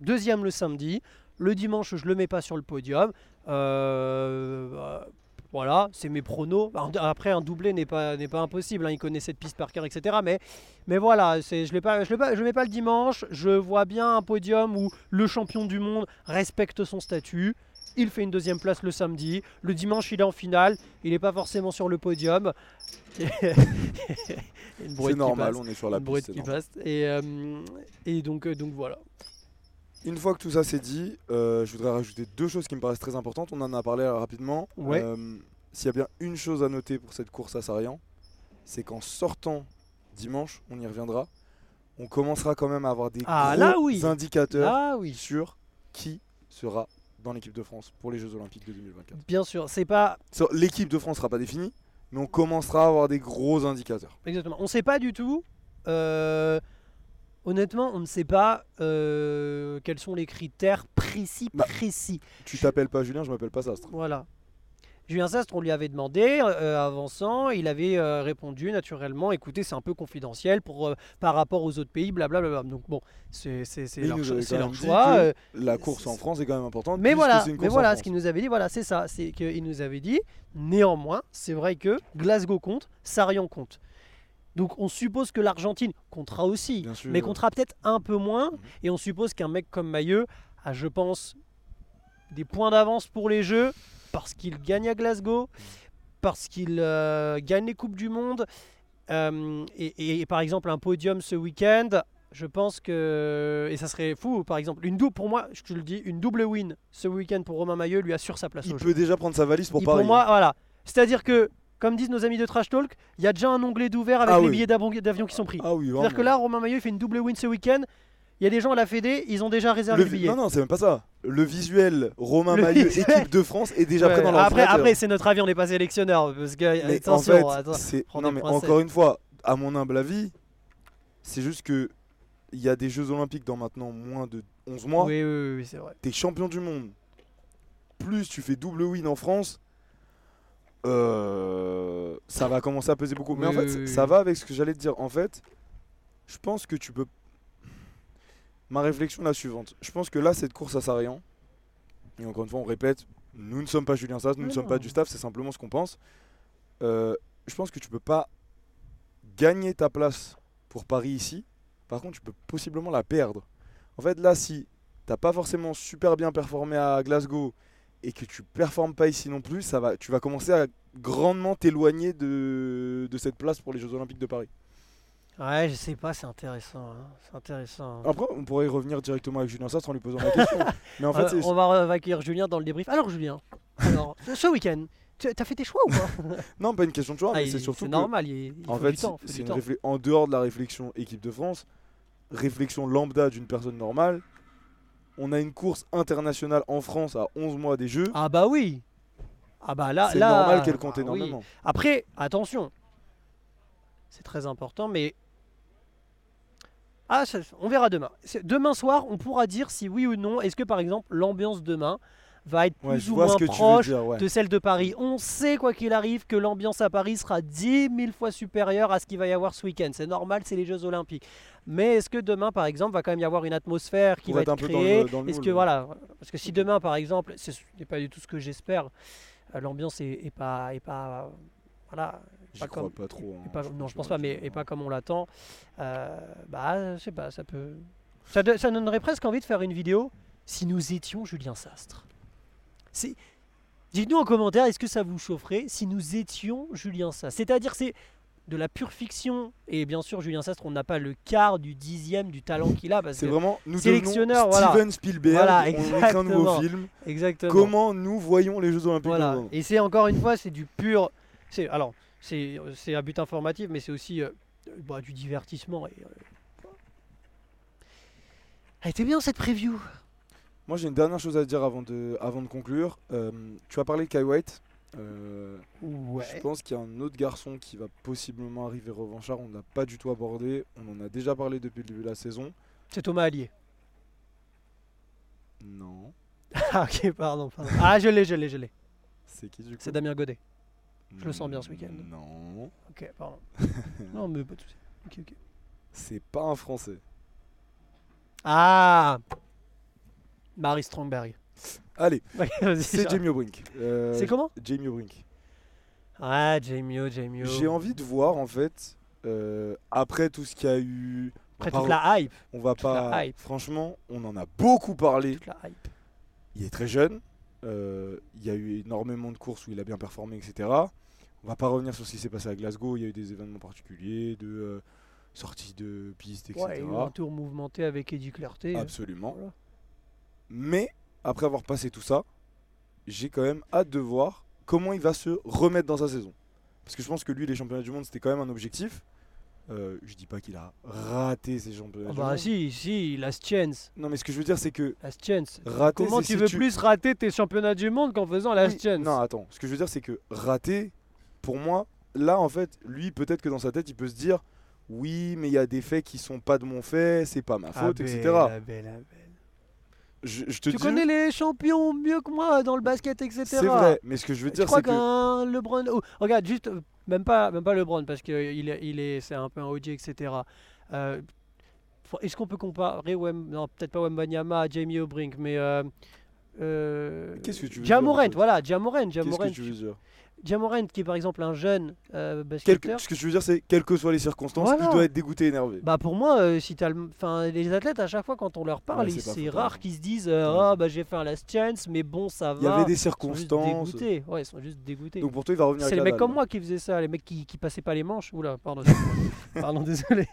B: Deuxième le samedi. Le dimanche, je le mets pas sur le podium. Euh, euh, voilà, c'est mes pronos. Alors, Après, un doublé n'est pas, n'est pas impossible. hein. Il connaît cette piste par cœur, etc. Mais, mais voilà, c'est- je ne le, pas- je le mets pas le dimanche. Je vois bien un podium où le champion du monde respecte son statut. Il fait une deuxième place le samedi. Le dimanche, il est en finale. Il n'est pas forcément sur le podium. Une brouette
A: C'est
B: qui
A: normal,
B: passe.
A: on est sur la
B: Une
A: piste.
B: brouette
A: c'est
B: qui
A: normal.
B: passe. Et, euh, et donc, euh, donc voilà.
A: Une fois que tout ça c'est dit, euh, je voudrais rajouter deux choses qui me paraissent très importantes. On en a parlé euh, rapidement.
B: Ouais.
A: Euh, S'il y a bien une chose à noter pour cette course à Sarian, c'est qu'en sortant dimanche, on y reviendra, on commencera quand même à avoir des
B: Ah,
A: gros
B: là, oui.
A: indicateurs
B: Ah oui,
A: sur qui sera dans l'équipe de France pour les Jeux Olympiques de 2024.
B: bien sûr. C'est pas
A: Sur- L'équipe de France sera pas définie, mais on commencera à avoir des gros indicateurs.
B: exactement. On sait pas du tout. euh, honnêtement, on ne sait pas euh, quels sont les critères précis,
A: Bah.
B: précis.
A: Tu t'appelles pas Julien, je m'appelle pas Sastre.
B: Voilà. Julien Sastre, on lui avait demandé, euh, avançant, il avait euh, répondu naturellement, écoutez, c'est un peu confidentiel pour, euh, par rapport aux autres pays, blablabla. Donc bon, c'est c'est- c'est
A: Mais il
B: leur,
A: nous
B: cho-
A: avait
B: c'est
A: quand
B: leur
A: même dit
B: choix.
A: que
B: euh,
A: La course en France est quand même importante.
B: Mais
A: puisque
B: voilà,
A: c'est une
B: mais
A: course en
B: voilà
A: France.
B: ce qu'il nous avait dit, voilà, c'est ça, c'est qu'il nous avait dit, néanmoins, c'est vrai que Glasgow compte, Sarion compte. Donc on suppose que l'Argentine comptera aussi,
A: Bien sûr.
B: mais comptera peut-être un peu moins,
A: Mhm.
B: et on suppose qu'un mec comme Mailleux a, je pense, des points d'avance pour les jeux, parce qu'il gagne à Glasgow, parce qu'il euh, gagne les Coupes du Monde, euh, et, et- et par exemple un podium ce week-end, je pense que. Et ça serait fou, par exemple. Une double, pour moi, je te le dis, une double win ce week-end pour Romain Maillot lui assure sa place
A: Il
B: au jeu.
A: peut déjà prendre sa valise pour
B: Et
A: Paris.
B: moi, voilà. C'est-à-dire que, comme disent nos amis de Trash Talk, il y a déjà un onglet d'ouvert avec
A: Ah
B: les
A: oui.
B: billets d'abon- d'avion qui sont pris.
A: Ah oui,
B: C'est-à-dire que là, Romain Maillot il fait une double win ce week-end. Il y a des gens à la Fédé, ils ont déjà
A: le
B: réservé le
A: vi-
B: billet.
A: non, non, c'est même pas ça. Le visuel Romain
B: Le
A: Maillot,
B: visuel.
A: équipe de France, est déjà
B: Ouais,
A: prêt dans
B: après,
A: l'ordinateur.
B: après c'est notre avis, on n'est pas sélectionneur. Parce que,
A: Mais
B: attention,
A: en fait,
B: attends.
A: c'est-
B: prends
A: non,
B: des
A: mais
B: pincettes.
A: encore une fois, à mon humble avis, c'est juste que il y a des Jeux Olympiques dans maintenant moins de 11 mois.
B: Oui, oui, oui, oui, c'est vrai.
A: T'es champion du monde. Plus tu fais double win en France, euh, ça va commencer à peser beaucoup. Mais
B: Oui,
A: en
B: oui,
A: fait,
B: oui,
A: ça
B: oui.
A: va avec ce que j'allais te dire. En fait, je pense que tu peux. Ma réflexion est la suivante. Je pense que là, cette course à Sarian, et encore une fois, on répète, nous ne sommes pas Julien Sass, nous
B: Ah
A: ne sommes
B: non.
A: pas du staff, c'est simplement ce qu'on pense. Euh, je pense que tu peux pas gagner ta place pour Paris ici. Par contre, tu peux possiblement la perdre. En fait, là, si t'as pas forcément super bien performé à Glasgow et que tu performes pas ici non plus, ça va, tu vas commencer à grandement t'éloigner de, de cette place pour les Jeux Olympiques de Paris.
B: Ouais, je sais pas, c'est intéressant. hein. C'est intéressant. hein.
A: Après, on pourrait y revenir directement avec Julien Sastre en lui posant la question. Mais en fait,
B: Euh,
A: c'est-
B: on va accueillir Julien dans le débrief. Alors Julien, alors, ce week-end, tu- t'as fait tes choix ou pas
A: non, pas une question de choix,
B: Ah,
A: mais
B: il-
A: c'est surtout que,
B: normal, il, il
A: en
B: faut
A: fait,
B: du temps.
A: c'est
B: faut du
A: une
B: temps.
A: réflé- en dehors de la réflexion équipe de France, réflexion lambda d'une personne normale, on a une course internationale en France à 11 mois des Jeux.
B: Ah bah oui. Ah bah là,
A: c'est
B: là.
A: normal qu'elle compte
B: ah oui.
A: énormément.
B: Après, attention, c'est très important, mais ah, ça- on verra demain. C'est- Demain soir, on pourra dire si oui ou non. Est-ce que par exemple l'ambiance demain va être
A: Ouais,
B: plus
A: je
B: ou
A: vois
B: moins
A: ce que
B: proche
A: tu veux dire. ouais.
B: de celle de Paris On sait quoi qu'il arrive que l'ambiance à Paris sera 10 000 fois supérieure à ce qu'il va y avoir ce week-end. C'est normal, c'est les Jeux Olympiques. Mais est-ce que demain, par exemple, va quand même y avoir une atmosphère qui
A: Pour
B: va
A: être
B: être,
A: un peu dans
B: créée
A: le- dans le
B: Est-ce
A: moule,
B: que
A: ouais.
B: voilà Parce que si demain, par exemple, ce n'est pas du tout ce que j'espère. euh, L'ambiance est, est pas, est pas, euh, voilà,
A: J'y
B: pas
A: crois
B: comme-
A: pas trop.
B: et
A: hein.
B: pas- non, je pense
A: crois
B: pas, mais
A: que-
B: et pas comme on l'attend. Euh, bah, je sais pas, ça peut. Ça, do- ça donnerait presque envie de faire une vidéo si nous étions Julien Sastre. C'est. Dites-nous en commentaire, est-ce que ça vous chaufferait si nous étions Julien Sastre C'est-à-dire, c'est de la pure fiction. Et bien sûr, Julien Sastre, on n'a pas le quart du dixième du talent qu'il a. Parce
A: C'est
B: que...
A: vraiment nous devenons
B: Sélectionneur, voilà.
A: Steven Spielberg,
B: Voilà,
A: on écrit un nouveau
B: exactement.
A: film.
B: Exactement.
A: Comment nous voyons les Jeux Olympiques de
B: Voilà.
A: Londres
B: Et c'est encore une fois, c'est du pur. C'est alors, c'est c'est à but informatif, mais c'est aussi euh, bah, du divertissement. Et, euh, Elle était bien cette preview.
A: Moi, j'ai une dernière chose à dire avant de, avant de conclure. Euh, tu as parlé de Kai White. Euh, Je
B: Ouais.
A: pense qu'il y a un autre garçon qui va possiblement arriver revanchard. On ne l'a pas du tout abordé. On en a déjà parlé depuis le début de la saison.
B: C'est Thomas Allier.
A: Non.
B: Ah ok, pardon. pardon. Ah je l'ai, je l'ai, je l'ai.
A: C'est qui du coup
B: C'est Damien Godet. je le sens bien ce week-end.
A: Non.
B: Ok, pardon. non mais pas de souci. Ok, ok.
A: C'est pas un Français.
B: Ah. Marie Strongberg.
A: Allez,
B: Ok, vas-y,
A: c'est
B: ça.
A: Jamie O'Brink. Euh,
B: C'est comment
A: Jamie O'Brink.
B: Ah Jamio, Jamio.
A: J'ai envie de voir en fait, euh, après tout ce qu'il y a eu.
B: Après
A: Par-
B: toute la hype,
A: On va
B: toute la
A: pas.
B: hype.
A: Franchement, on en a beaucoup parlé.
B: toute la hype.
A: Il est très jeune. euh, il y a eu énormément de courses où il a bien performé, etc. On va pas revenir sur ce qui s'est passé à Glasgow. Il y a eu des événements particuliers, de euh, sorties de pistes, etc.
B: Ouais, il y a eu un tour mouvementé avec Eddie Clarté.
A: Absolument.
B: Voilà.
A: Mais après avoir passé tout ça, j'ai quand même hâte de voir comment il va se remettre dans sa saison. Parce que je pense que lui, les championnats du monde, c'était quand même un objectif. Euh, je dis pas qu'il a raté ses championnats
B: Ah
A: du
B: bah
A: monde.
B: si, si, last chance.
A: Non, mais ce que je veux dire, c'est que
B: Last chance.
A: rater.
B: Comment
A: c'est
B: tu
A: si
B: veux plus rater tes championnats du monde qu'en faisant last
A: Oui,
B: chance
A: Non, attends. Ce que je veux dire, c'est que rater, pour moi, là, en fait, lui, peut-être que dans sa tête, il peut se dire Oui, mais il y a des faits qui sont pas de mon fait, c'est pas ma faute, etc. Je, je te
B: Ah, Tu
A: dis.
B: connais les champions mieux que moi dans le basket, etc.
A: c'est vrai, mais ce que je veux
B: Tu
A: dire,
B: crois
A: c'est que.
B: qu'un LeBron. oh, regarde, juste, euh, même pas, même pas LeBron, parce que euh, il, est- il est, c'est un peu un OG, etc. Euh, faut- Est-ce qu'on peut comparer Wem... Non, peut-être pas Wembanyama à Jamie O'Brink, mais. euh, euh,
A: Qu'est-ce que tu veux dire, en
B: Jamorant,
A: fait
B: voilà, Jamorant,
A: Qu'est-ce
B: Jamorant,
A: que tu veux dire
B: Jamorant, qui est par exemple un jeune euh,
A: Quel-
B: basketteur.
A: Ce que je veux dire, c'est quelles que soient les circonstances,
B: Voilà.
A: il doit être dégoûté, énervé.
B: Bah pour moi, euh, si t'as le- enfin, les athlètes, à chaque fois quand on leur
A: Ouais,
B: parle, ils-
A: c'est pas
B: c'est
A: faux, t'as
B: rare
A: raison.
B: qu'ils se disent euh,
A: raison.
B: Ah bah j'ai fait un last chance, mais bon, ça va.
A: Il y avait des
B: Ils sont juste
A: circonstances.
B: dégoûtés. Ouais, ils sont juste dégoûtés.
A: Donc pour toi, il va revenir.
B: C'est
A: avec la
B: les mecs
A: dalle.
B: comme moi qui faisaient ça, les mecs qui, qui passaient pas les manches. Oula, pardon. excuse-moi. pardon, désolé.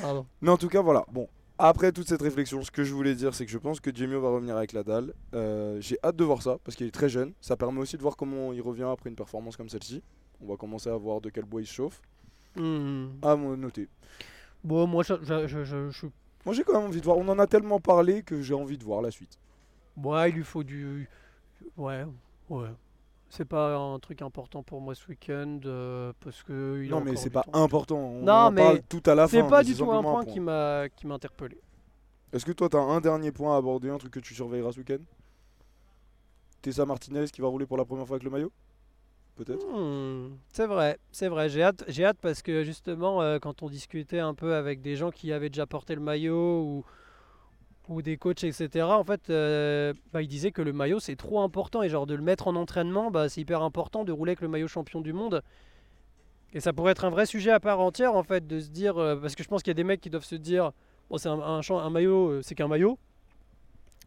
B: Pardon.
A: Mais en tout cas, voilà. Bon, après toute cette réflexion, ce que je voulais dire, c'est que je pense que Jamio va revenir avec la dalle. Euh, J'ai hâte de voir ça parce qu'il est très jeune. Ça permet aussi de voir comment il revient après une performance comme celle-ci. On va commencer à voir de quel bois il se chauffe.
B: Hmm.
A: À mon- noter.
B: Bon, moi, je, je, je- je- je-
A: Moi, j'ai quand même envie de voir. On en a tellement parlé que j'ai envie de voir la suite.
B: Ouais, il lui faut du. Ouais, ouais. C'est pas un truc important pour moi ce week-end euh, parce que. il a
A: non, mais
B: encore
A: c'est
B: du
A: pas
B: temps.
A: important. On
B: Non,
A: en
B: mais
A: parle tout à la fin.
B: C'est pas
A: mais
B: du tout
A: simplement
B: un point, qui m'a qui m'a interpellé.
A: Est-ce que toi, t'as un dernier point à aborder, un truc que tu surveilleras ce week-end Tessa Martinez qui va rouler pour la première fois avec le maillot Peut-être
B: Hmm, c'est vrai, c'est vrai. J'ai hâte, j'ai hâte parce que justement, euh, quand on discutait un peu avec des gens qui avaient déjà porté le maillot ou, ou des coachs, etc., en fait, euh, bah, ils disaient que le maillot c'est trop important et genre de le mettre en entraînement, bah, c'est hyper important de rouler avec le maillot champion du monde. Et ça pourrait être un vrai sujet à part entière en fait de se dire, euh, parce que je pense qu'il y a des mecs qui doivent se dire, bon, c'est un, un champ- un maillot, euh, c'est qu'un maillot.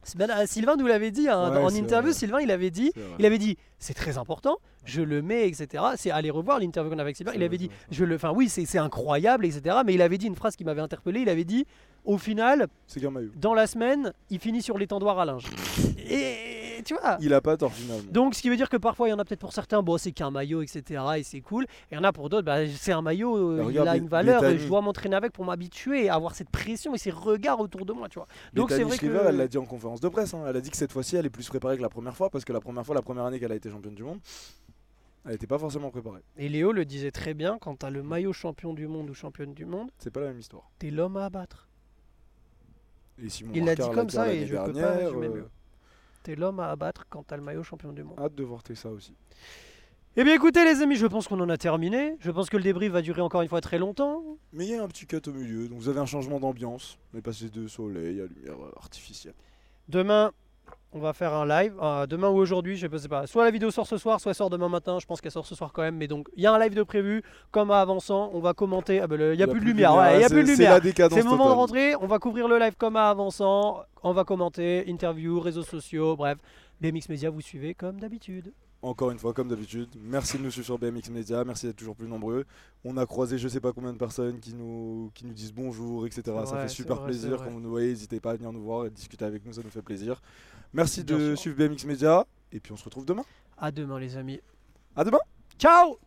B: C'est- ben, euh, Sylvain nous l'avait dit hein,
A: Ouais,
B: en
A: c'est
B: interview,
A: vrai.
B: Sylvain il avait dit. Il avait dit, c'est très important, je le mets, etc. C'est aller revoir l'interview qu'on a avec Sylvain. Il avait dit, je le, enfin oui, c'est c'est incroyable, etc. Mais il avait dit une phrase qui m'avait interpellé. Il avait dit, au final,
A: C'est qu'un maillot.
B: dans la semaine, il finit sur l'étendoir à linge. Et et tu vois.
A: Il a pas tort finalement.
B: Donc, ce qui veut dire que parfois, il y en a peut-être pour certains, bon, c'est qu'un maillot, etc. et c'est cool. Et il y en a pour d'autres, bah, c'est un maillot, euh,
A: Bah,
B: il
A: regarde
B: a
A: les-
B: une valeur,
A: les
B: euh, je
A: Tani.
B: dois m'entraîner avec pour m'habituer et avoir cette pression et ces regards autour de moi, tu vois. Donc, c'est vrai que.
A: River, elle l'a dit en conférence de presse. hein. Elle a dit que cette fois-ci, elle est plus préparée que la première fois parce que la première fois, la première année qu'elle a été championne du monde, elle n'était pas forcément préparée.
B: Et Léo le disait très bien quand t'as le maillot champion du monde ou championne du monde,
A: C'est pas la même histoire.
B: t'es l'homme à abattre.
A: Et Simon
B: Il l'a
A: Marquard
B: dit comme ça
A: l'a
B: et
A: l'année
B: je peux pas
A: dernière,
B: résumer
A: euh,
B: mieux. T'es l'homme à abattre quand t'as le maillot champion du monde.
A: Hâte de voir ça aussi.
B: Eh bien, écoutez, les amis, je pense qu'on en a terminé. Je pense que le débrief va durer encore une fois très longtemps.
A: Mais il y a un petit cut au milieu, donc vous avez un changement d'ambiance. On est passé de soleil à lumière euh, artificielle.
B: Demain, on va faire un live. Euh, demain ou aujourd'hui, je ne sais pas. Soit la vidéo sort ce soir, soit elle sort demain matin. Je pense qu'elle sort ce soir quand même. Mais donc, il y a un live de prévu. Comme à avançant, on va commenter. Ah ben, le- il n'y a, plus de lumière. voilà, Il n'y a
A: Ah, c'est-
B: plus de
A: C'est
B: lumière.
A: la décadence.
B: C'est le moment de
A: totale.
B: rentrer. On va couvrir le live comme à avançant. On va commenter, interview, réseaux sociaux, bref. BMX Media, vous suivez comme d'habitude.
A: Encore une fois, comme d'habitude, merci de nous suivre sur BMX Media, merci d'être toujours plus nombreux. On a croisé je sais pas combien de personnes qui nous, qui nous disent bonjour, etc.
B: C'est
A: ça
B: vrai,
A: fait
B: c'est
A: super
B: vrai, c'est
A: plaisir
B: vrai.
A: quand vous nous voyez, n'hésitez pas à venir nous voir et discuter avec nous, ça nous fait plaisir. Merci
B: Bien
A: de
B: sûr.
A: suivre BMX Media et puis on se retrouve demain.
B: À demain, les amis.
A: À demain
B: Ciao